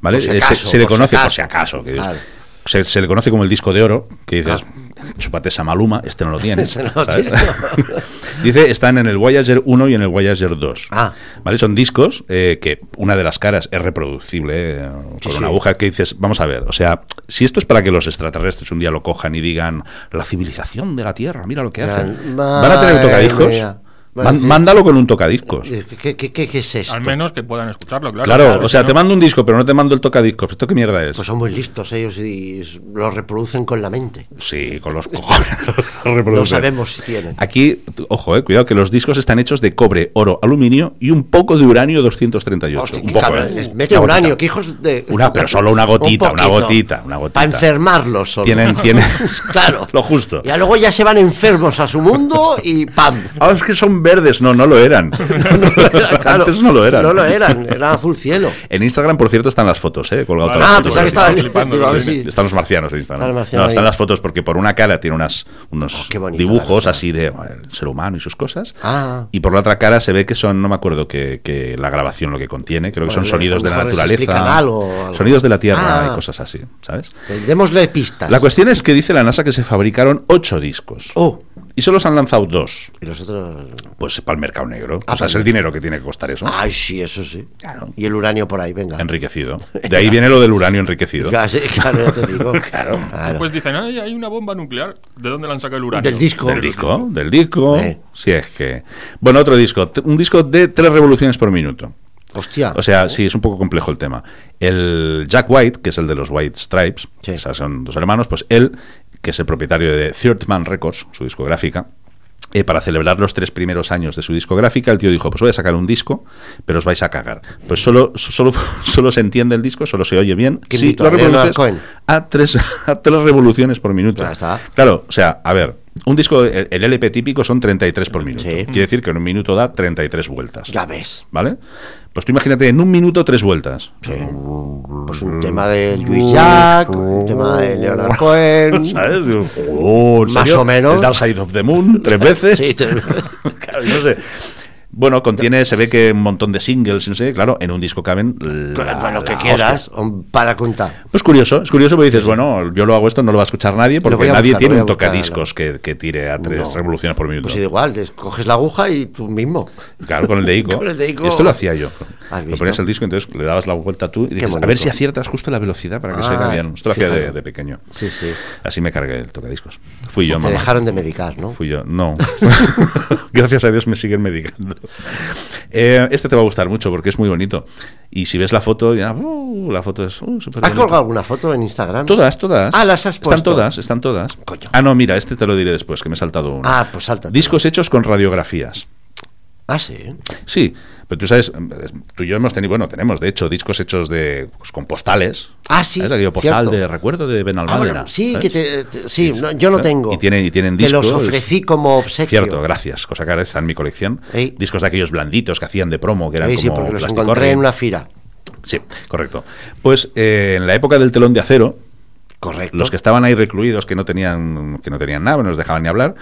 S2: ¿vale?
S1: Por si
S2: Eh, se-
S1: acaso,
S2: se, le
S1: por si
S2: conoce, por
S1: acaso.
S2: si acaso. que es-
S1: Claro.
S2: se, se le conoce como el disco de oro, que dices,
S1: Ah.
S2: chúpate esa maluma, este no lo tiene.
S1: Este no lo
S2: ¿sabes?
S1: tiene.
S2: Dice, están en el Voyager 1 y en el Voyager 2.
S1: Ah.
S2: ¿Vale? Son discos eh, que una de las caras es reproducible eh, con
S1: Sí,
S2: una
S1: sí.
S2: aguja que dices, vamos a ver, o sea, si esto es para que los extraterrestres un día lo cojan y digan, la civilización de la Tierra, mira lo que
S1: Ya,
S2: hacen.
S1: madre
S2: ¿Van a tener tocadiscos?
S1: mía. Va a
S2: Man-
S1: decir-
S2: mándalo con un tocadiscos.
S1: ¿Qué, qué, qué, qué es esto?
S3: Al menos que puedan escucharlo, claro.
S2: Claro,
S3: Claro,
S2: o sea,
S3: si
S2: te
S3: no-
S2: mando un disco, pero no te mando el tocadiscos. ¿Esto qué mierda es?
S1: Pues son muy listos ellos y s- lo reproducen con la mente.
S2: sí, con los cojones. lo reproducen.
S1: No sabemos si tienen.
S2: Aquí, t- ojo, eh, cuidado, que los discos están hechos de cobre, oro, aluminio y un poco de uranio 238.
S1: Hostia,
S2: un
S1: qué
S2: poco,
S1: cabrón,
S2: eh.
S1: les mete
S2: Una gotita.
S1: uranio, qué hijos de.
S2: Una, pero solo una gotita, una
S1: poquito.
S2: gotita, una gotita.
S1: Para enfermarlos solo.
S2: Tienen, tienen.
S1: Claro.
S2: Lo justo.
S1: Ya luego ya se van enfermos a su mundo y ¡pam!
S2: Ah, es que son verdes. No, no lo eran.
S1: No lo eran, claro.
S2: Antes no lo eran.
S1: No lo eran, era azul cielo.
S2: En Instagram, por cierto, están las fotos, ¿eh? Colgado
S3: Vale.
S2: todas las
S1: Ah,
S2: fotos.
S1: pensaba que estaba
S3: Estaba flipando,
S1: digo, a ver
S3: sí.
S1: si-
S2: Están los marcianos en Instagram.
S1: Están los marcianos
S2: no, están
S1: ahí.
S2: las fotos porque por una cara tiene unas, unos
S1: Oh, qué bonito,
S2: dibujos
S1: claro,
S2: así de bueno, el ser humano y sus cosas.
S1: Ah.
S2: Y por la otra cara se ve que son, no me acuerdo que, que la grabación lo que contiene, creo que son
S1: Vale, a
S2: sonidos de
S1: lo
S2: la
S1: mejor les explican
S2: naturaleza.
S1: algo o algo.
S2: Sonidos de la tierra
S1: Ah.
S2: y cosas así, ¿sabes?
S1: Eh, Démosle pistas.
S2: La cuestión es que dice la NASA que se fabricaron ocho discos.
S1: Oh,
S2: Y solo se han lanzado dos.
S1: y los otros.
S2: Pues para el mercado negro.
S1: Ah,
S2: o sea, es
S1: para-
S2: el dinero que tiene que costar eso.
S1: Ay, sí, eso sí.
S2: Claro.
S1: Y el uranio por ahí, venga.
S2: Enriquecido. De ahí viene lo del uranio enriquecido.
S1: Ya, sí, Claro, ya te digo. claro.
S2: Pues,
S3: Después pues dicen, "Ay, hay una bomba nuclear. ¿De dónde la han sacado el uranio?
S1: Del disco.
S2: Del disco, del disco.
S1: Eh.
S2: Si es que. Bueno, otro disco. T- Un disco de tres revoluciones por minuto.
S1: Hostia.
S2: O sea, sí, es un poco complejo el tema. El Jack White, que es el de los White Stripes,
S1: Sí.
S2: o sea, son dos hermanos, pues él, que es el propietario de Third Man Records, su discográfica, eh, para celebrar los tres primeros años de su discográfica, el tío dijo, pues voy a sacar un disco, pero os vais a cagar. Pues solo, solo, solo se entiende el disco, solo se oye bien.
S1: Que
S2: si
S1: invito
S2: lo
S1: a Leonard
S2: reproduces
S1: Cohen.
S2: a tres, a tres revoluciones por minuto.
S1: Ya está.
S2: Claro, o sea, a ver, un disco, el, el LP típico son 33 por minuto.
S1: Sí.
S2: Quiere decir que en un minuto da 33 vueltas.
S1: Ya ves.
S2: ¿Vale? Pues tú imagínate en un minuto tres vueltas.
S1: Sí. Pues un tema de Luis Jack, un tema de Leonard Cohen.
S2: Mm. ¿Sabes? Digo, oh, ¿en
S1: Uh. Más
S2: serio?
S1: o menos.
S2: El Dark Side of the Moon, tres veces.
S1: Sí, te-
S2: Claro, yo no sé. Bueno, contiene, se ve que un montón de singles, no sé, claro, en un disco caben. la-
S1: con lo que
S2: la
S1: quieras,
S2: hostia.
S1: hom- para contar.
S2: Pues curioso, es curioso porque dices, bueno, yo lo hago esto, no lo va a escuchar nadie,
S1: Lo voy
S2: porque
S1: a
S2: nadie
S1: buscar,
S2: tiene
S1: voy a
S2: un
S1: buscar,
S2: tocadiscos que, que tire a tres
S1: No.
S2: revoluciones por minuto.
S1: Pues igual, des- coges la aguja y tú mismo.
S2: Claro, con el de Ico.
S1: Con el de Ico.
S2: Esto lo hacía yo.
S1: ¿Has
S2: Lo
S1: visto?
S2: ponías el disco, entonces le dabas la vuelta tú y dices, a
S1: bonito.
S2: ver si aciertas justo la velocidad para que se oiga
S1: Ah,
S2: bien. Esto lo hacía de,
S1: fíjate.
S2: de pequeño.
S1: Sí, sí.
S2: Así me cargué el tocadiscos. Fui yo,
S1: Te
S2: mamá.
S1: dejaron de medicar, ¿no?
S2: Fui yo. No. Gracias a Dios me siguen medicando. Eh, este te va a gustar mucho porque es muy bonito. Y si ves la foto, ya, uh, la foto es uh, súper
S1: ¿Has
S2: bonita.
S1: colgado alguna foto en Instagram?
S2: Todas, todas.
S1: Ah, las has
S2: Están
S1: puesto.
S2: todas, están todas.
S1: Coño.
S2: Ah, no, mira, este te lo diré después, que me he saltado uno.
S1: Ah, pues salta.
S2: Discos hechos con radiografías.
S1: Ah, sí.
S2: Sí, Pero tú sabes, tú y yo hemos tenido, bueno, tenemos de hecho discos hechos de pues, con postales.
S1: Ah, sí,
S2: ¿Sabes? Aquello postal
S1: cierto.
S2: de recuerdo de Benalmádena.
S1: Ahora, Ah, sí,
S2: ¿sabes?
S1: que te- te- sí,
S2: Y-
S1: no, yo lo
S2: ¿no?
S1: tengo.
S2: Y tienen, y tienen
S1: Te
S2: discos.
S1: los ofrecí como obsequio.
S2: Cierto, gracias. Cosa que ahora está en mi colección.
S1: Ey.
S2: Discos de aquellos blanditos que hacían de promo, que eran
S1: Sí,
S2: como
S1: sí, porque los
S2: plasticorre.
S1: encontré en una fira.
S2: Sí, correcto. Pues eh, en la época del telón de acero,
S1: Correcto.
S2: los que estaban ahí recluidos, que no tenían, que no tenían nada, no nos dejaban ni hablar,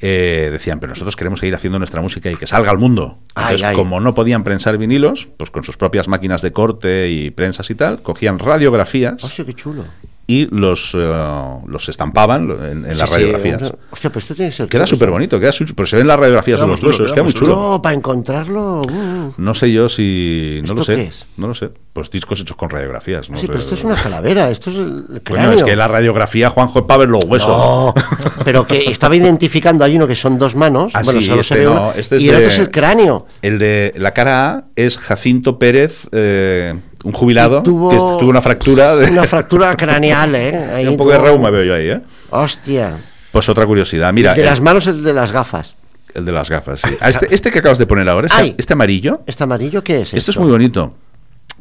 S2: eh, decían, pero nosotros queremos seguir haciendo nuestra música y que salga al mundo.
S1: Ay,
S2: Entonces,
S1: ay.
S2: como no podían prensar vinilos, pues con sus propias máquinas de corte y prensas y tal, cogían radiografías
S1: Hostia, qué chulo.
S2: y los, eh, los estampaban en, en las
S1: Sí, sí,
S2: radiografías.
S1: hombre. hostia, pero esto tiene que ser.
S2: Queda súper bonito, queda su- pero se ven las radiografías de
S3: Queda muy
S2: los
S3: chulo,
S2: huesos,
S3: queda
S2: queda muy
S3: muy
S2: chulo.
S1: No, para encontrarlo. mm.
S2: No sé yo si. No
S1: ¿Esto
S2: lo sé.
S1: qué es? Ah,
S2: No lo sé. Pues discos hechos con radiografías. No
S1: sí,
S2: sé.
S1: pero esto es una calavera, esto es el
S2: Coño,
S1: cráneo.
S2: es que la radiografía, Juanjo, es para ver los huesos.
S1: No, pero que estaba identificando, hay uno que son dos manos,
S2: Ah,
S1: bueno,
S2: sí,
S1: solo
S2: este
S1: se ve
S2: no,
S1: una,
S2: este es
S1: y el
S2: de-
S1: otro es el cráneo.
S2: El de la cara A es Jacinto Pérez, eh, un jubilado
S1: Y tuvo-
S2: que tuvo una fractura. de-
S1: Una fractura craneal, ¿eh? Ahí
S2: un poco de
S1: tuvo-
S2: reuma veo yo ahí, ¿eh?
S1: Hostia.
S2: Pues otra curiosidad. Mira,
S1: el de
S2: el,
S1: las manos es el de las gafas.
S2: el de las gafas. sí. Ah, Este, este que acabas de poner ahora,
S1: Ay.
S2: este, este amarillo,
S1: ¿Este amarillo qué es?
S2: esto es muy bonito.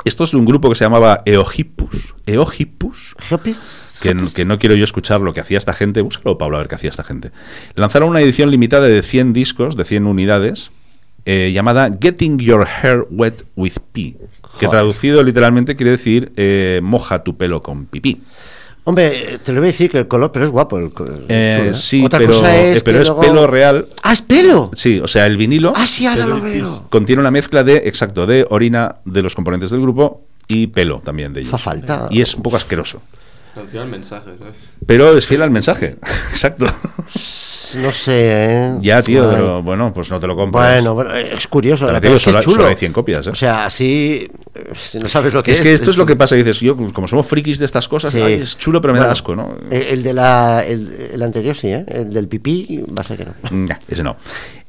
S2: Esto es de un grupo que se llamaba Eohippus. Eohippus.
S1: ¿Geopis?
S2: que, que no quiero yo escuchar lo que hacía esta gente, búscalo, Pablo, a ver qué hacía esta gente. Lanzaron una edición limitada de 100 discos, de 100 unidades, eh, llamada Getting Your Hair Wet with Pee, que
S1: Joder.
S2: traducido literalmente quiere decir eh, moja tu pelo con pipí.
S1: Hombre, te lo voy a decir que el color, pero es guapo. El, co- el
S2: Eh,
S1: azul, ¿eh?
S2: sí,
S1: Otra
S2: pero,
S1: cosa
S2: eh,
S1: es
S2: pero
S1: que
S2: es
S1: luego-
S2: pelo real.
S1: ¡Ah, es pelo!
S2: Sí, o sea, el vinilo
S1: ¡Ah, sí, ahora lo veo!
S2: contiene una mezcla de, exacto, de orina de los componentes del grupo y pelo también de ellos.
S1: Fa falta.
S2: Y es un poco asqueroso.
S4: Al final mensaje, ¿sabes?
S2: Pero es fiel al mensaje. Exacto.
S1: No sé, ¿eh?
S2: Ya, tío,
S1: Ay.
S2: pero bueno, pues no te lo compras.
S1: Bueno, bueno, es curioso.
S2: Pero
S1: La
S2: digo,
S1: verdad es que
S2: solo-
S1: es chulo.
S2: solo hay 100 copias, ¿eh?
S1: O sea, así eh, si no sabes lo que es.
S2: es que esto es lo que pasa, dices, yo pues, como somos frikis de estas cosas,
S1: Sí.
S2: ay, es chulo, pero me da
S1: Bueno, Eh.
S2: asco, ¿no?
S1: El, el de la, el, el anterior sí, ¿eh? El del pipí va a ser que no.
S2: Nah, ese no.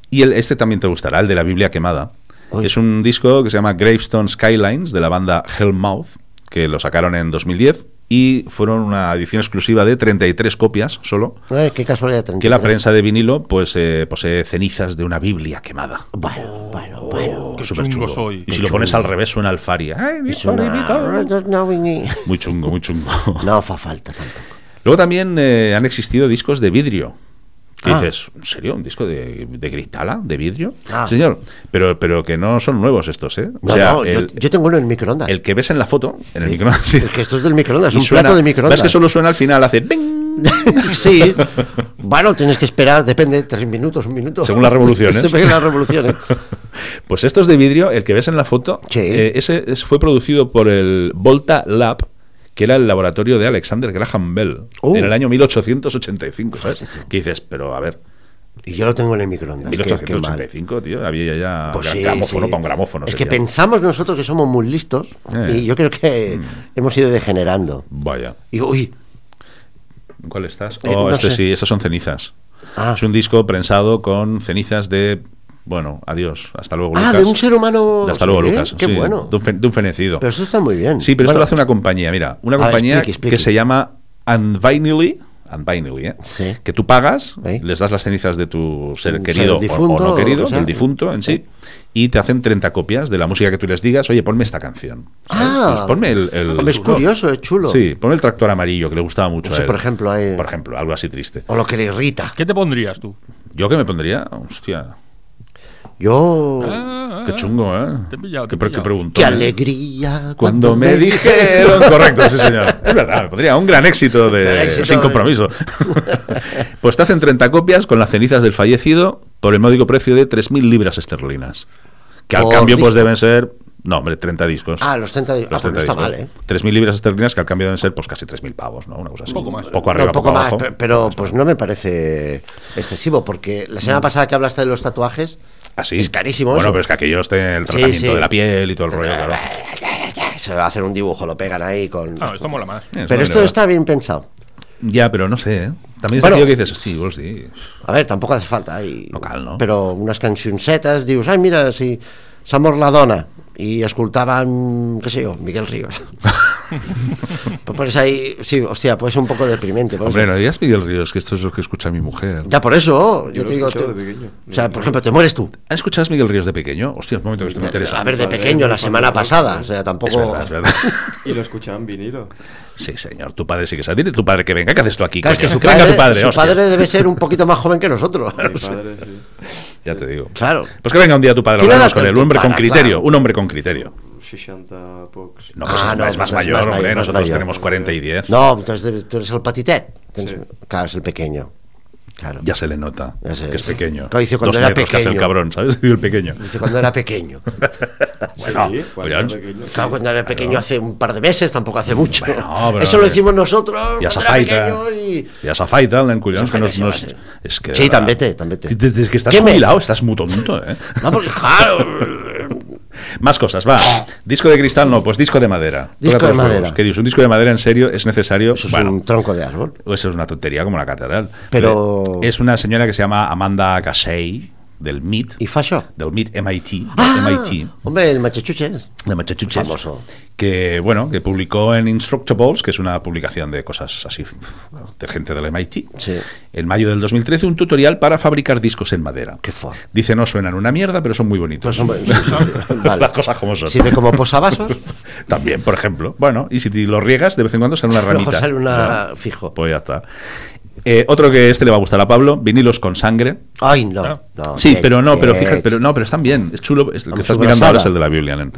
S2: Y el, este también te gustará, el de la Biblia quemada.
S1: Uy.
S2: Es un disco que se llama Gravestone Skylines de la banda Hellmouth, que lo sacaron en 2010 y fueron una edición exclusiva de 33 copias solo,
S1: Ay, qué casualidad. 33.
S2: que la prensa de vinilo pues eh, posee cenizas de una Biblia quemada.
S1: Bueno, bueno, bueno.
S2: Que
S3: Oh, qué
S2: es súper
S3: chungo
S2: chulo.
S3: soy.
S2: Y si
S3: Qué
S2: lo pones
S1: chungo.
S2: al revés suena alfaria. Ay, mi
S1: Es una-
S2: favorito.
S1: No,
S2: Muy chungo, muy chungo.
S1: fa falta tampoco.
S2: Luego también eh, han existido discos de vidrio. Que
S1: Ah.
S2: dices, ¿en serio? ¿Un disco de, de cristala? ¿De vidrio?
S1: Ah.
S2: Señor, pero, pero que no son nuevos estos, ¿eh? O
S1: No,
S2: sea,
S1: no, yo,
S2: el,
S1: yo tengo uno en el microondas.
S2: el que ves en la foto, en el
S1: Sí.
S2: microondas. sí.
S1: Es que esto es del microondas,
S2: Y
S1: un
S2: suena-
S1: plato de microondas.
S2: ¿Ves que solo suena al final? Hace "bing"?
S1: sí. Bueno, tienes que esperar, depende, tres minutos, un minuto.
S2: Según ¿eh? las revoluciones.
S1: Según las revoluciones.
S2: Pues estos de vidrio, el que ves en la foto,
S1: Sí.
S2: eh, ese, ese fue producido por el Volta Lab, que era el laboratorio de Alexander Graham Bell,
S1: Oh.
S2: en el año 1885, ¿sabes? Que dices, pero a ver,
S1: Y yo lo tengo en el microondas. qué- qué mal.
S2: 1885, tío, había ya
S1: Pues
S2: gra-
S1: sí,
S2: gramófono
S1: sí.
S2: para un gramófono.
S1: Es
S2: se
S1: que
S2: decía.
S1: pensamos nosotros que somos muy listos
S2: Eh. Mm.
S1: y yo creo que hemos ido degenerando.
S2: Vaya,
S1: Y uy,
S2: ¿en ¿cuál estás?
S1: Eh,
S2: Oh,
S1: no
S2: este
S1: sé.
S2: sí, estos son cenizas.
S1: ah,
S2: Es un disco prensado con cenizas de. Bueno, adiós, hasta luego,
S1: Ah,
S2: Lucas.
S1: de un ser humano-
S2: De hasta luego,
S1: ¿eh?
S2: Lucas.
S1: Qué
S2: sí,
S1: bueno.
S2: De un, fe- de un fenecido.
S1: pero eso está muy bien.
S2: Sí, pero esto
S1: Bueno,
S2: lo hace una compañía, mira, una
S1: A ver,
S2: compañía
S1: explique, explique.
S2: que se llama Unvinily, Unvinily, ¿eh?
S1: Sí.
S2: que tú pagas,
S1: Sí.
S2: les das las cenizas de tu ser
S1: Un
S2: querido
S1: ser
S2: o-
S1: difunto,
S2: o,
S1: o
S2: no
S1: lo
S2: querido,
S1: que sea.
S2: del difunto en sí, y te hacen 30 copias de la música que tú les digas, oye, ponme esta canción. ¿sabes?
S1: Ah.
S2: Pues ponme el... el-
S1: Hombre, es curioso, es chulo.
S2: Sí, ponme el tractor amarillo que le gustaba mucho.
S1: No
S2: a
S1: sé,
S2: él.
S1: por ejemplo, hay-
S2: Por ejemplo, algo así triste.
S1: O lo que le irrita.
S3: ¿Qué te pondrías tú?
S2: Yo que me pondría, hostia,
S1: Yo
S3: Ah, ah,
S2: qué
S3: ah.
S2: chungo, ¿eh?
S3: Te he pillado, te
S2: qué,
S3: he
S2: pre-
S3: pillado.
S2: qué preguntón,
S1: qué
S2: ¿eh?
S1: alegría
S2: Cuando me dijeron. Correcto, sí, señor. Es verdad, me pondría un gran éxito de
S1: Gran éxito
S2: sin
S1: de-
S2: compromiso. pues te hacen 30 copias con las cenizas del fallecido por el módico precio de 3.000 libras esterlinas. Que al
S1: Por
S2: cambio, pues
S1: disco.
S2: deben ser. No, hombre, 30 discos.
S1: Ah, los 30 de...
S2: Los
S1: ah, pues no está
S2: 30
S1: mal, ¿eh?
S2: discos. 3.000 libras esterlinas que al cambio deben ser pues casi 3.000 pavos, ¿no? Una cosa así.
S3: Un poco más.
S2: Poco
S1: No,
S2: arriba,
S1: un poco más,
S2: abajo.
S1: pe- pero pues no me parece excesivo, porque la
S2: Mm.
S1: semana pasada que hablaste de los tatuajes,
S2: Así.
S1: es carísimo
S2: Ah, Bueno,
S1: eso.
S2: pero es que aquello esté el
S1: Sí,
S2: tratamiento
S1: sí.
S2: de la piel y todo el rollo, claro.
S1: eh, se va a hacer un dibujo, lo pegan ahí con...
S3: Ah, esto mola más.
S2: Es
S1: pero
S2: una
S1: esto
S2: mierda.
S1: está bien pensado.
S2: Ya, pero no sé, ¿eh? También es
S1: Bueno.
S2: aquello que dices, sí, vos sí.
S1: A ver, tampoc hace falta. I...
S2: No cal, no?
S1: Però unes cancioncetes, dius, ai, mira, si s'ha mort la dona. y escultaban, qué sé yo, Miguel Ríos. pues pones ahí, sí, hostia, pues un poco deprimente. por
S2: Hombre,
S1: eso.
S2: no digas Miguel Ríos, que esto es lo que escucha mi mujer.
S1: Ya por eso, yo,
S4: Yo
S1: te
S4: lo
S1: digo.
S4: escuchaba
S1: te-
S4: de pequeño.
S1: O sea, por ejemplo, te mueres tú.
S2: ¿Han escuchado a Miguel Ríos de pequeño? Hostia, un momento que esto me interesa.
S1: A ver, de
S4: Vale,
S1: pequeño, la
S4: no,
S1: semana
S4: no,
S1: pasada. O sea,
S2: Es
S1: tampoco.
S2: verdad, es verdad.
S4: Y lo escuchaban vinilo.
S2: Sí, señor, tu padre sí que sabe. Dile a tu padre que venga, ¿qué haces tú aquí?
S1: Claro, es que
S2: coño?
S1: su
S2: Que venga
S1: padre,
S2: tu padre,
S1: su
S2: hostia.
S1: padre debe ser un poquito más joven que nosotros.
S4: Mi padre, sí.
S2: Ya te digo.
S1: Claro.
S2: Pues que venga un día tu padre,
S1: Tú le das
S2: hablamos con
S1: con
S2: él.
S1: tu
S2: Un hombre con
S1: cara,
S2: criterio,
S1: claro.
S2: un hombre con criterio.
S4: 60 pocs.
S2: No, pues
S1: Ah,
S2: es,
S1: no,
S2: es
S1: pues
S2: más
S1: es
S2: mayor,
S1: más
S2: hombre.
S1: mayor, más
S2: Nosotros
S1: mayor.
S2: tenemos 40 y 10.
S1: No, entonces debes- tú eres el patitet. Tienes-
S4: Sí.
S1: Claro, es el pequeño. Claro.
S2: Ya se le nota
S1: Ya se-
S2: que es pequeño.
S1: Claro, dice, cuando
S2: Dos
S1: era
S2: metros que hace el
S1: pequeño.
S2: cabrón, ¿sabes? Digo, el pequeño.
S1: Dice cuando era pequeño.
S2: Bueno, pues
S4: Sí, cuando
S2: oye,
S4: era pequeño.
S1: Claro, cuando era pequeño hace un par de meses, tampoco hace mucho.
S2: Bueno, pero-
S1: Eso lo hicimos nosotros
S2: Y a
S1: cuando era
S2: Safaita.
S1: pequeño y.
S2: Y a Safaita, el enculión.
S1: Safaita
S2: que
S1: sí,
S2: nos-
S1: va a ser.
S2: nos- es que de
S1: Sí,
S2: verdad.
S1: tambete, tambete.
S2: Es- Es que estás
S1: ¿Qué me-
S2: jubilado, estás muy tonto, ¿eh?
S1: No, porque claro.
S2: Más cosas, va. Disco de cristal, no, pues disco de madera.
S1: Disco de
S2: Tócate los huevos,
S1: madera.
S2: que dices, un disco de madera en serio es necesario.
S1: Eso es
S2: bueno, pues
S1: un tronco de árbol.
S2: Eso es una tontería como la catedral. Eh,
S1: Pero-
S2: Es una señora que se llama Amanda Casey, del MIT.
S1: ¿Y Fasho?
S2: Del MIT MIT. del
S1: Ah,
S2: MIT.
S1: Hombre, el machachuches.
S2: De Massachusetts,
S1: Famoso.
S2: Que, bueno, que publicó en Instructables, que es una publicación de cosas así, de gente del MIT.
S1: Sí.
S2: En mayo del 2013, un tutorial para fabricar discos en madera.
S1: ¿Qué fue?
S2: Dice, no suenan una mierda, pero son muy bonitos.
S1: Pues hombre, sí, sí, sí. Vale.
S2: Las cosas como son.
S1: Sirve como posavasos.
S2: También, por ejemplo. Bueno, y si te lo riegas, de vez en cuando sale una
S1: Luego
S2: ramita.
S1: sale una
S2: ¿verdad?
S1: fijo.
S2: Pues ya está. Eh, otro que este le va a gustar a Pablo, vinilos con sangre.
S1: Ay, no. no
S2: sí,
S1: Oh, qué-
S2: pero no, pero
S1: qué-
S2: fíjate, pero no, pero están bien. Es chulo. Es, el que
S1: Vamos,
S2: estás
S1: sobre
S2: mirando
S1: la
S2: ahora es
S1: sala.
S2: el de la Biblia. Nen.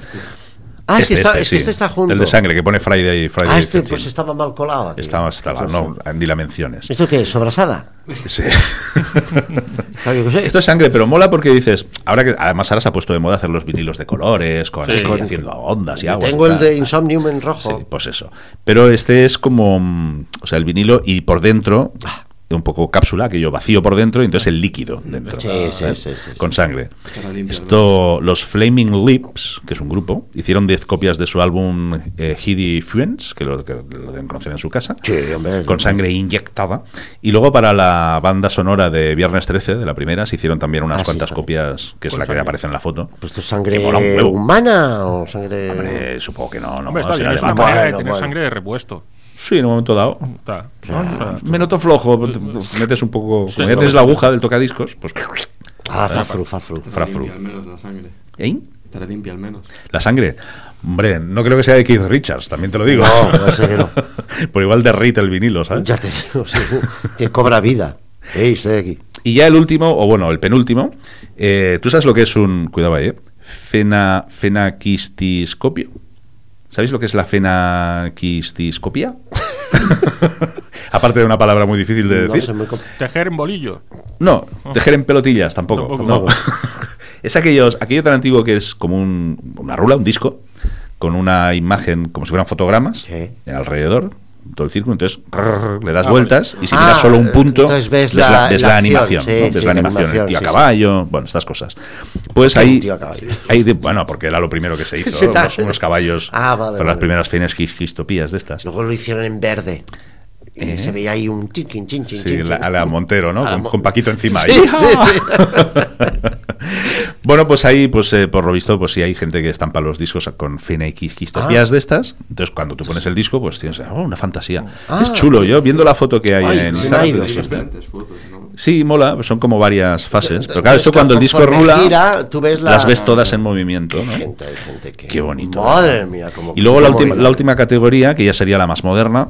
S1: Ah, es que,
S2: Este,
S1: está,
S2: este,
S1: es que
S2: sí.
S1: este está junto.
S2: El de sangre que pone Friday Friday.
S1: Ah, este
S2: 13.
S1: pues estaba mal colado. aquí.
S2: Está, está la-
S1: Sí,
S2: no,
S1: sí.
S2: ni la menciones.
S1: ¿Esto qué es? ¿Sobrasada?
S2: Sí.
S1: Claro, yo qué sé.
S2: Esto es sangre, pero mola porque dices, ahora que además ahora se ha puesto de moda hacer los vinilos de colores, con
S3: Sí.
S2: así,
S1: Con-
S2: haciendo ondas y
S1: Yo
S2: aguas. y
S1: tengo el
S2: tal.
S1: de Insomnium en
S2: Sí,
S1: rojo.
S2: pues eso. Pero este es como, mm, o sea, el vinilo y por dentro
S1: Ah,
S2: un poco cápsula, que yo vacío por dentro y entonces el líquido dentro.
S1: Sí, sí,
S2: ¿eh?
S1: sí, sí, sí.
S2: Con sangre.
S4: Para limpiarlo.
S2: Esto, los Flaming Lips, que es un grupo, hicieron 10 copias de su álbum eh, Hidden Fluence, que lo, que lo deben conocer en su casa,
S1: Sí, hombre.
S2: con sangre inyectada. Y luego para la banda sonora de Viernes 13, de la primera, se hicieron también unas
S1: Ah, sí,
S2: cuantas
S1: sangre.
S2: copias, que es
S3: Con
S2: la que
S3: sangre.
S2: aparece en la foto.
S1: Pues esto es
S2: Que mola un
S1: sangre
S2: huevo.
S1: humana o sangre.
S2: Hombre, supongo que no, no,
S3: Hombre, está
S2: será
S3: bien, es
S2: alemán.
S3: una
S1: levanta.
S3: manera de
S1: Bueno,
S3: tener
S1: bueno.
S3: sangre de repuesto.
S2: Sí, en un momento dado. Ah,
S3: Está.
S2: Me noto flojo, te- te metes un poco. Como ya tienes la aguja del tocadiscos, pues.
S1: Ah, Fafru, Fafru.
S4: Estará
S2: Frafru.
S4: limpia al menos la sangre.
S2: ¿Eh?
S4: Estará limpia al menos.
S2: La sangre. Hombre, no creo que sea de Keith Richards, también te lo digo.
S1: No, no sé que no.
S2: Por igual derrite el vinilo, ¿sabes?
S1: Ya te digo, sí, te cobra vida. Ey, estoy aquí.
S2: Y ya el último, o bueno, el penúltimo. eh, ¿Tú sabes lo que es un. Cuidado ahí, ¿eh? Fena, fenaquistiscopio. ¿Sabéis lo que es la fenaquistiscopia? Aparte de una palabra muy difícil
S1: No,
S2: de decir.
S1: soy muy com-
S3: Tejer en bolillo.
S2: No, tejer en pelotillas tampoco.
S3: Tampoco.
S2: no. es aquellos, aquello tan antiguo que es como un- una rula, un disco, con una imagen como si fueran fotogramas
S1: Sí.
S2: en alrededor, todo el círculo. Entonces grrr, le das
S3: Ah,
S2: vueltas y si
S1: Ah,
S2: miras solo un punto,
S1: entonces ves la-
S2: ves
S1: la acción,
S2: animación.
S1: sí,
S2: ¿no? Ves
S1: sí,
S2: la
S1: la
S2: animación, el
S1: animación,
S2: tío a
S1: sí, sí.
S2: caballo, bueno, estas cosas. Pues
S1: ¿Qué
S2: ahí.
S1: un tío a caballo?
S2: ahí de- bueno, porque era lo primero que se hizo,
S1: Se
S2: ¿no?
S1: ta-
S2: unos, unos caballos
S1: Ah, vale,
S2: para las
S1: vale.
S2: primeras fines histopías de estas.
S1: Luego lo hicieron en verde. Y
S2: ¿Eh?
S1: se veía ahí un chin, chin, chin, chin,
S2: Sí,
S1: chin,
S2: la,
S1: chin.
S2: a la Montero, ¿no?
S1: A la
S2: Con,
S1: Mon-
S2: con Paquito encima.
S1: Sí,
S2: ahí.
S1: sí, sí.
S2: bueno, pues ahí, pues eh, por lo visto, pues sí hay gente que estampa los discos con fina y historias
S1: Ah.
S2: de estas. Entonces, cuando tú pones el disco, pues tienes oh, una fantasía. es chulo, yo viendo la foto que hay
S1: Ah. Ay,
S2: en
S1: se me
S2: Instagram.
S1: ha ido.
S2: del disco este.
S4: Diferentes fotos, ¿no?
S2: Sí, mola, pues son como varias fases. Pero
S1: Entonces,
S2: claro, esto cuando el disco
S1: conforme
S2: rula,
S1: gira, tú ves la-
S2: las ves todas en movimiento.
S1: Hay
S2: ¿no?
S1: gente, hay gente que.
S2: Qué bonito.
S1: Madre mía, como.
S2: Y luego la
S1: como
S2: última,
S1: baila.
S2: la última categoría, que ya sería la más moderna,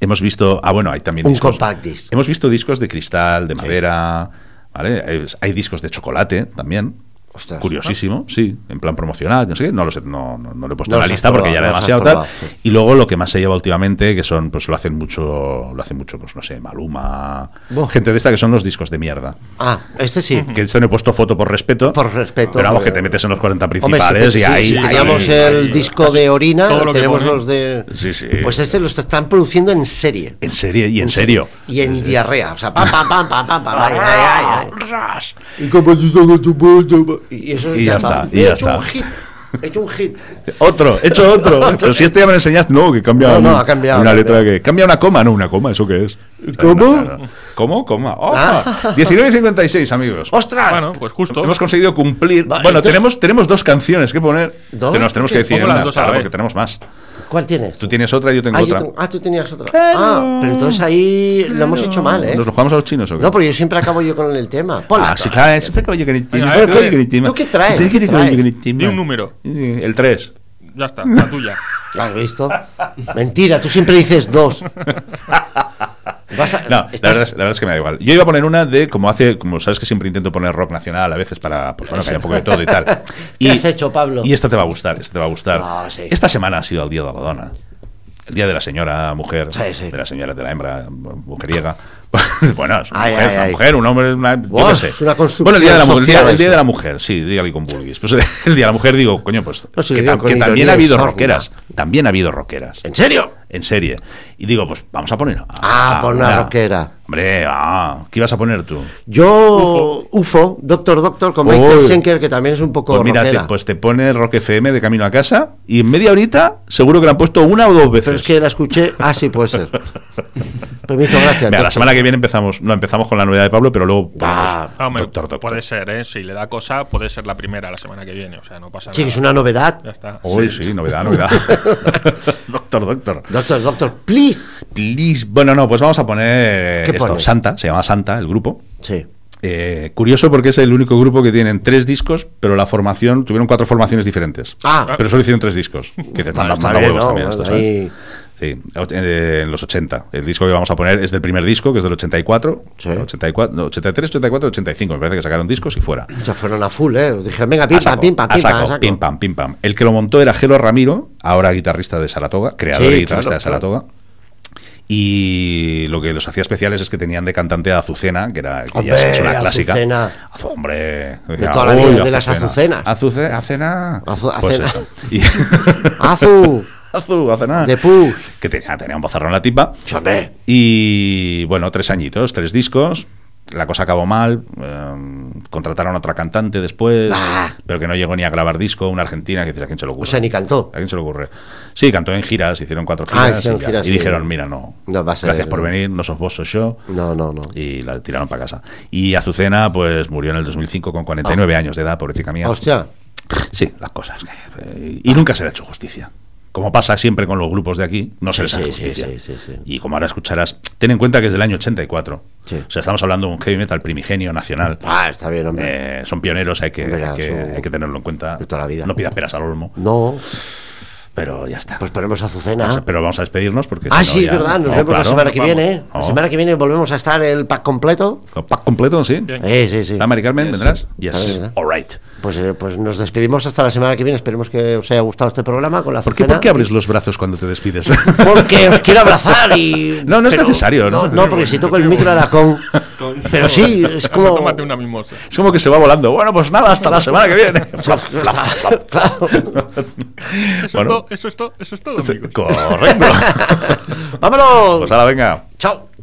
S2: hemos visto. Ah, bueno, hay también
S1: Un
S2: discos.
S1: compact disc.
S2: Hemos visto discos de cristal, de madera, ¿vale? Hay, hay discos de chocolate también.
S1: Ostras.
S2: Curiosísimo, sí, en plan promocional, no sé qué, no lo sé, no, no, no lo he puesto
S1: No
S2: en
S1: los
S2: la
S1: has
S2: lista porque ya era
S1: probado, no los has
S2: demasiado tal.
S1: probado, sí.
S2: Y luego lo que más se lleva últimamente, que son, pues lo hacen mucho, lo hacen mucho, pues no sé, Maluma,
S1: Buah.
S2: gente de esta que son los discos de mierda.
S1: Ah, este sí.
S2: Que esto no he puesto foto por respeto.
S1: Por respeto,
S2: Pero vamos,
S1: porque-
S2: que te metes en los 40
S1: Hombre, este si,
S2: principales
S1: te-
S2: y
S1: si-
S2: ahí.
S1: si
S2: ahí-
S1: teníamos
S3: ahí-
S1: el
S3: ahí-
S1: disco de orina,
S3: todo lo que
S1: tenemos
S3: ponen.
S1: los de.
S2: Sí, sí.
S1: Pues este lo están produciendo en serie.
S2: En serie y en serio.
S1: Y en diarrea. O sea, pam, pam, pam, pam, pam, pam. ay, ay, ay, ay.
S2: Ras.
S1: Y como tú, tú, tú, tú, tú, tú. Y eso
S2: Y ya
S1: llama,
S2: está, y ya
S1: "He hecho
S2: está".
S1: un hit. He hecho un hit.
S2: Otro, he hecho otro. Pero si este ya me lo enseñaste, no, que cambia.
S1: No, no,
S2: un-
S1: ha cambiado,
S2: Una
S1: ha
S2: letra
S1: cambiado.
S2: que. Cambia una coma, no, una coma, ¿eso qué es?
S1: ¿Cómo?
S2: ¿Cómo? Coma. ¡Oh!
S1: Ah.
S2: 19 y 56, amigos.
S1: ¡Ostras!
S3: Bueno, pues justo.
S2: Hemos conseguido cumplir.
S1: Vale, este-
S2: bueno,
S1: entonces-
S2: tenemos, tenemos dos canciones que poner.
S1: ¿Dos? eh.
S2: Que nos tenemos que decir
S3: Pongo
S2: en
S3: las
S2: una,
S3: dos a la
S2: claro,
S3: vez.
S2: porque tenemos más.
S1: ¿Cuál tienes?
S2: Tú tienes otra y yo tengo
S1: ah, yo
S2: otra.
S1: tengo- ah, tú tenías otra. Ah, pero entonces ahí lo hemos hecho mal, ¿eh?
S2: ¿Nos lo jugamos a los chinos o qué?
S1: No, porque yo siempre acabo yo con el tema. Ponla.
S2: Ah, sí, claro, es siempre caballo que ni tiene,
S3: Venga,
S2: siempre
S3: a ver,
S2: caballo
S3: ¿tú
S2: que ni tiene.
S1: qué traes?
S2: Sí, que ni
S1: Trae.
S2: caballo que ni tiene. Eh,
S3: Di un número.
S2: El 3.
S3: Ya está, la tuya.
S1: ¿Has visto? Mentira, tú siempre dices dos. Vas a-
S2: No, la
S1: estás-
S2: verdad, es, la verdad es que me da igual. Yo iba a poner una de, como hace, como sabes que siempre intento poner rock nacional a veces para, pues bueno, que haya un poco de todo y tal. Y,
S1: ¿Qué has hecho, Pablo?
S2: Y esta te va a gustar, esta te va a gustar.
S1: Ah, sí.
S2: Esta semana ha sido el Día de la Dona. El Día de la señora mujer,
S1: Sí, sí.
S2: de la señora, de la hembra mujeriega. bueno, es una
S1: Ay,
S2: mujer,
S1: ay,
S2: una
S1: ay.
S2: mujer, un hombre, una, yo
S1: Buah,
S2: qué sé.
S1: es una construcción
S2: Bueno, el Día de la Mujer, el
S1: social
S2: Día- el Día
S1: eso.
S2: de la Mujer, sí, dígale con vulguis. Pues el Día de la Mujer digo, coño, pues
S1: No, si lo
S2: que,
S1: digo
S2: tam-
S1: con
S2: que también
S1: ironía
S2: ha
S1: y
S2: habido
S1: sorna.
S2: rockeras, también ha habido rockeras
S1: ¿En serio?
S2: en serie. Y digo, pues vamos a poner.
S1: Ah, pon una rockera.
S2: Hombre, ah, ¿qué ibas a poner tú?
S1: Yo, UFO, Doctor Doctor, con Michael
S2: Uy.
S1: Schenker, que también es un poco
S2: Pues mira, te,
S1: rockera.
S2: pues te pone Rock FM de camino a casa y en media horita seguro que la han puesto una o dos veces.
S1: Pero es que la escuché, ah, sí puede ser. Pero me hizo gracia.
S2: Mira, la
S1: Doctor.
S2: semana que viene empezamos, no empezamos con la novedad de Pablo, pero
S1: Ah,
S2: luego ponemos
S3: Ah, hombre,
S2: Doctor Doctor.
S3: Puede ser, ¿eh? Si le da cosa, puede ser la primera la semana que viene. O sea, no pasa
S1: Sí, que
S3: nada.
S1: es una novedad.
S3: Ya está.
S2: Uy, sí. novedad, novedad. doctor, doctor.
S1: Doctor Doctor, please.
S2: Please. Bueno, no, pues vamos a poner
S1: ¿Qué
S2: esto.
S1: pone?
S2: Santa, se llama Santa, el grupo.
S1: Sí.
S2: Eh, curioso porque es el único grupo que tienen tres discos, pero la formación, tuvieron cuatro formaciones diferentes.
S1: Ah,
S2: Pero solo hicieron tres discos. Que te
S1: Está-
S2: manda-
S1: está
S2: manda
S1: bien,
S2: huevos
S1: ¿no?
S2: también esto,
S1: Bueno,
S2: ¿sabes?
S1: ahí-
S2: Sí, o- eh, en los 80. El disco que vamos a poner es del primer disco, que es del 84.
S1: Sí.
S2: 84 no, 83, 84, 85. Me parece que sacaron discos y fuera.
S1: o sea, fueron a full, ¿eh? Dije, venga,
S2: A
S1: pim, pam,
S2: saco,
S1: pim, pam,
S2: a
S1: pim, pam,
S2: saco,
S1: a saco.
S2: pim, pam, pim, pam. El que lo montó era Gelo Ramiro, ahora guitarrista de Saratoga, creador
S1: Sí,
S2: y guitarrista
S1: claro,
S2: de Saratoga. Y lo que los hacía especiales es que tenían de cantante a Azucena, que era que ya
S1: Hombre,
S2: es una clásica.
S1: Azucena.
S2: Azu- hombre, de
S1: toda la vida, de las Azucenas.
S2: Azucena. Azucena.
S1: Azu-
S2: Pues
S1: Acena.
S2: eso. Y-
S1: Azu,
S2: Azu, Acena.
S1: de push.
S2: Que tenía, tenía un bozarrón la tipa.
S1: Hombre.
S2: Y bueno, tres añitos, tres discos. La cosa acabó mal. eh, contrataron a otra cantante después,
S1: Ah.
S2: pero que no llegó ni a grabar disco. Una argentina que dices, ¿a quién se le ocurre?
S1: O sea, ni cantó.
S2: ¿A quién se le ocurre? Sí, cantó en giras, hicieron cuatro
S1: Ah,
S2: giras.
S1: hicieron
S2: y, ya.
S1: giras,
S2: Y
S1: sí.
S2: dijeron, mira, no.
S1: No va a ser-
S2: gracias por venir, no sos vos, sos yo.
S1: No, no, Ah, no.
S2: Y la tiraron para casa. Y Azucena, pues murió en el 2005 con 49 años de edad, pobrecita mía.
S1: Ah. Hostia.
S2: Sí, las cosas. que- eh, Y nunca se le ha hecho justicia. Como pasa siempre con los grupos de aquí, no se
S1: Sí,
S2: les hace
S1: sí,
S2: justicia.
S1: sí, sí, sí, sí.
S2: Y como ahora escucharás, ten en cuenta que es del año 84.
S1: Sí.
S2: O sea, estamos hablando de un heavy metal primigenio nacional.
S1: Ah, está bien, hombre.
S2: Eh, son pioneros, hay que,
S1: Verás,
S2: hay, que,
S1: su-
S2: hay que tenerlo en cuenta.
S1: de toda la vida.
S2: No pidas peras al olmo,
S1: No,
S2: pero ya está.
S1: pues ponemos Azucena.
S2: Vamos a- pero vamos a despedirnos porque.
S1: Ah,
S2: si no
S1: sí,
S2: ya-
S1: es verdad, nos
S2: No,
S1: vemos la
S2: claro,
S1: semana que
S2: vamos.
S1: viene. ¿eh? La
S2: No.
S1: semana que viene volvemos a estar el pack completo.
S2: Con pack completo, sí.
S3: Bien.
S1: Eh, sí, sí.
S2: ¿Está Mari Carmen? ¿Vendrás? Yes.
S1: Claro, ¿verdad?
S2: All right.
S1: Pues, eh, pues nos despedimos hasta la semana que viene. Esperemos que os haya gustado este programa con la
S2: ¿Por qué,
S1: Azucena.
S2: ¿Por qué abres los brazos cuando te despides?
S1: Porque os quiero abrazar y.
S2: No, no es
S1: pero-
S2: necesario, no es
S1: No,
S2: necesario.
S1: no, porque si toco el micro ahora con. Pero sí, es como.
S3: Tómate una mimosa.
S2: Es como que se va volando. Bueno, pues nada, hasta la semana que viene. Flap, flap, flap.
S1: Claro.
S3: Eso,
S2: Bueno. pues,
S3: es todo, eso es todo, eso es todo, amigos.
S2: Correcto.
S1: ¡Vámonos!
S2: Pues ahora venga.
S1: ¡Chao!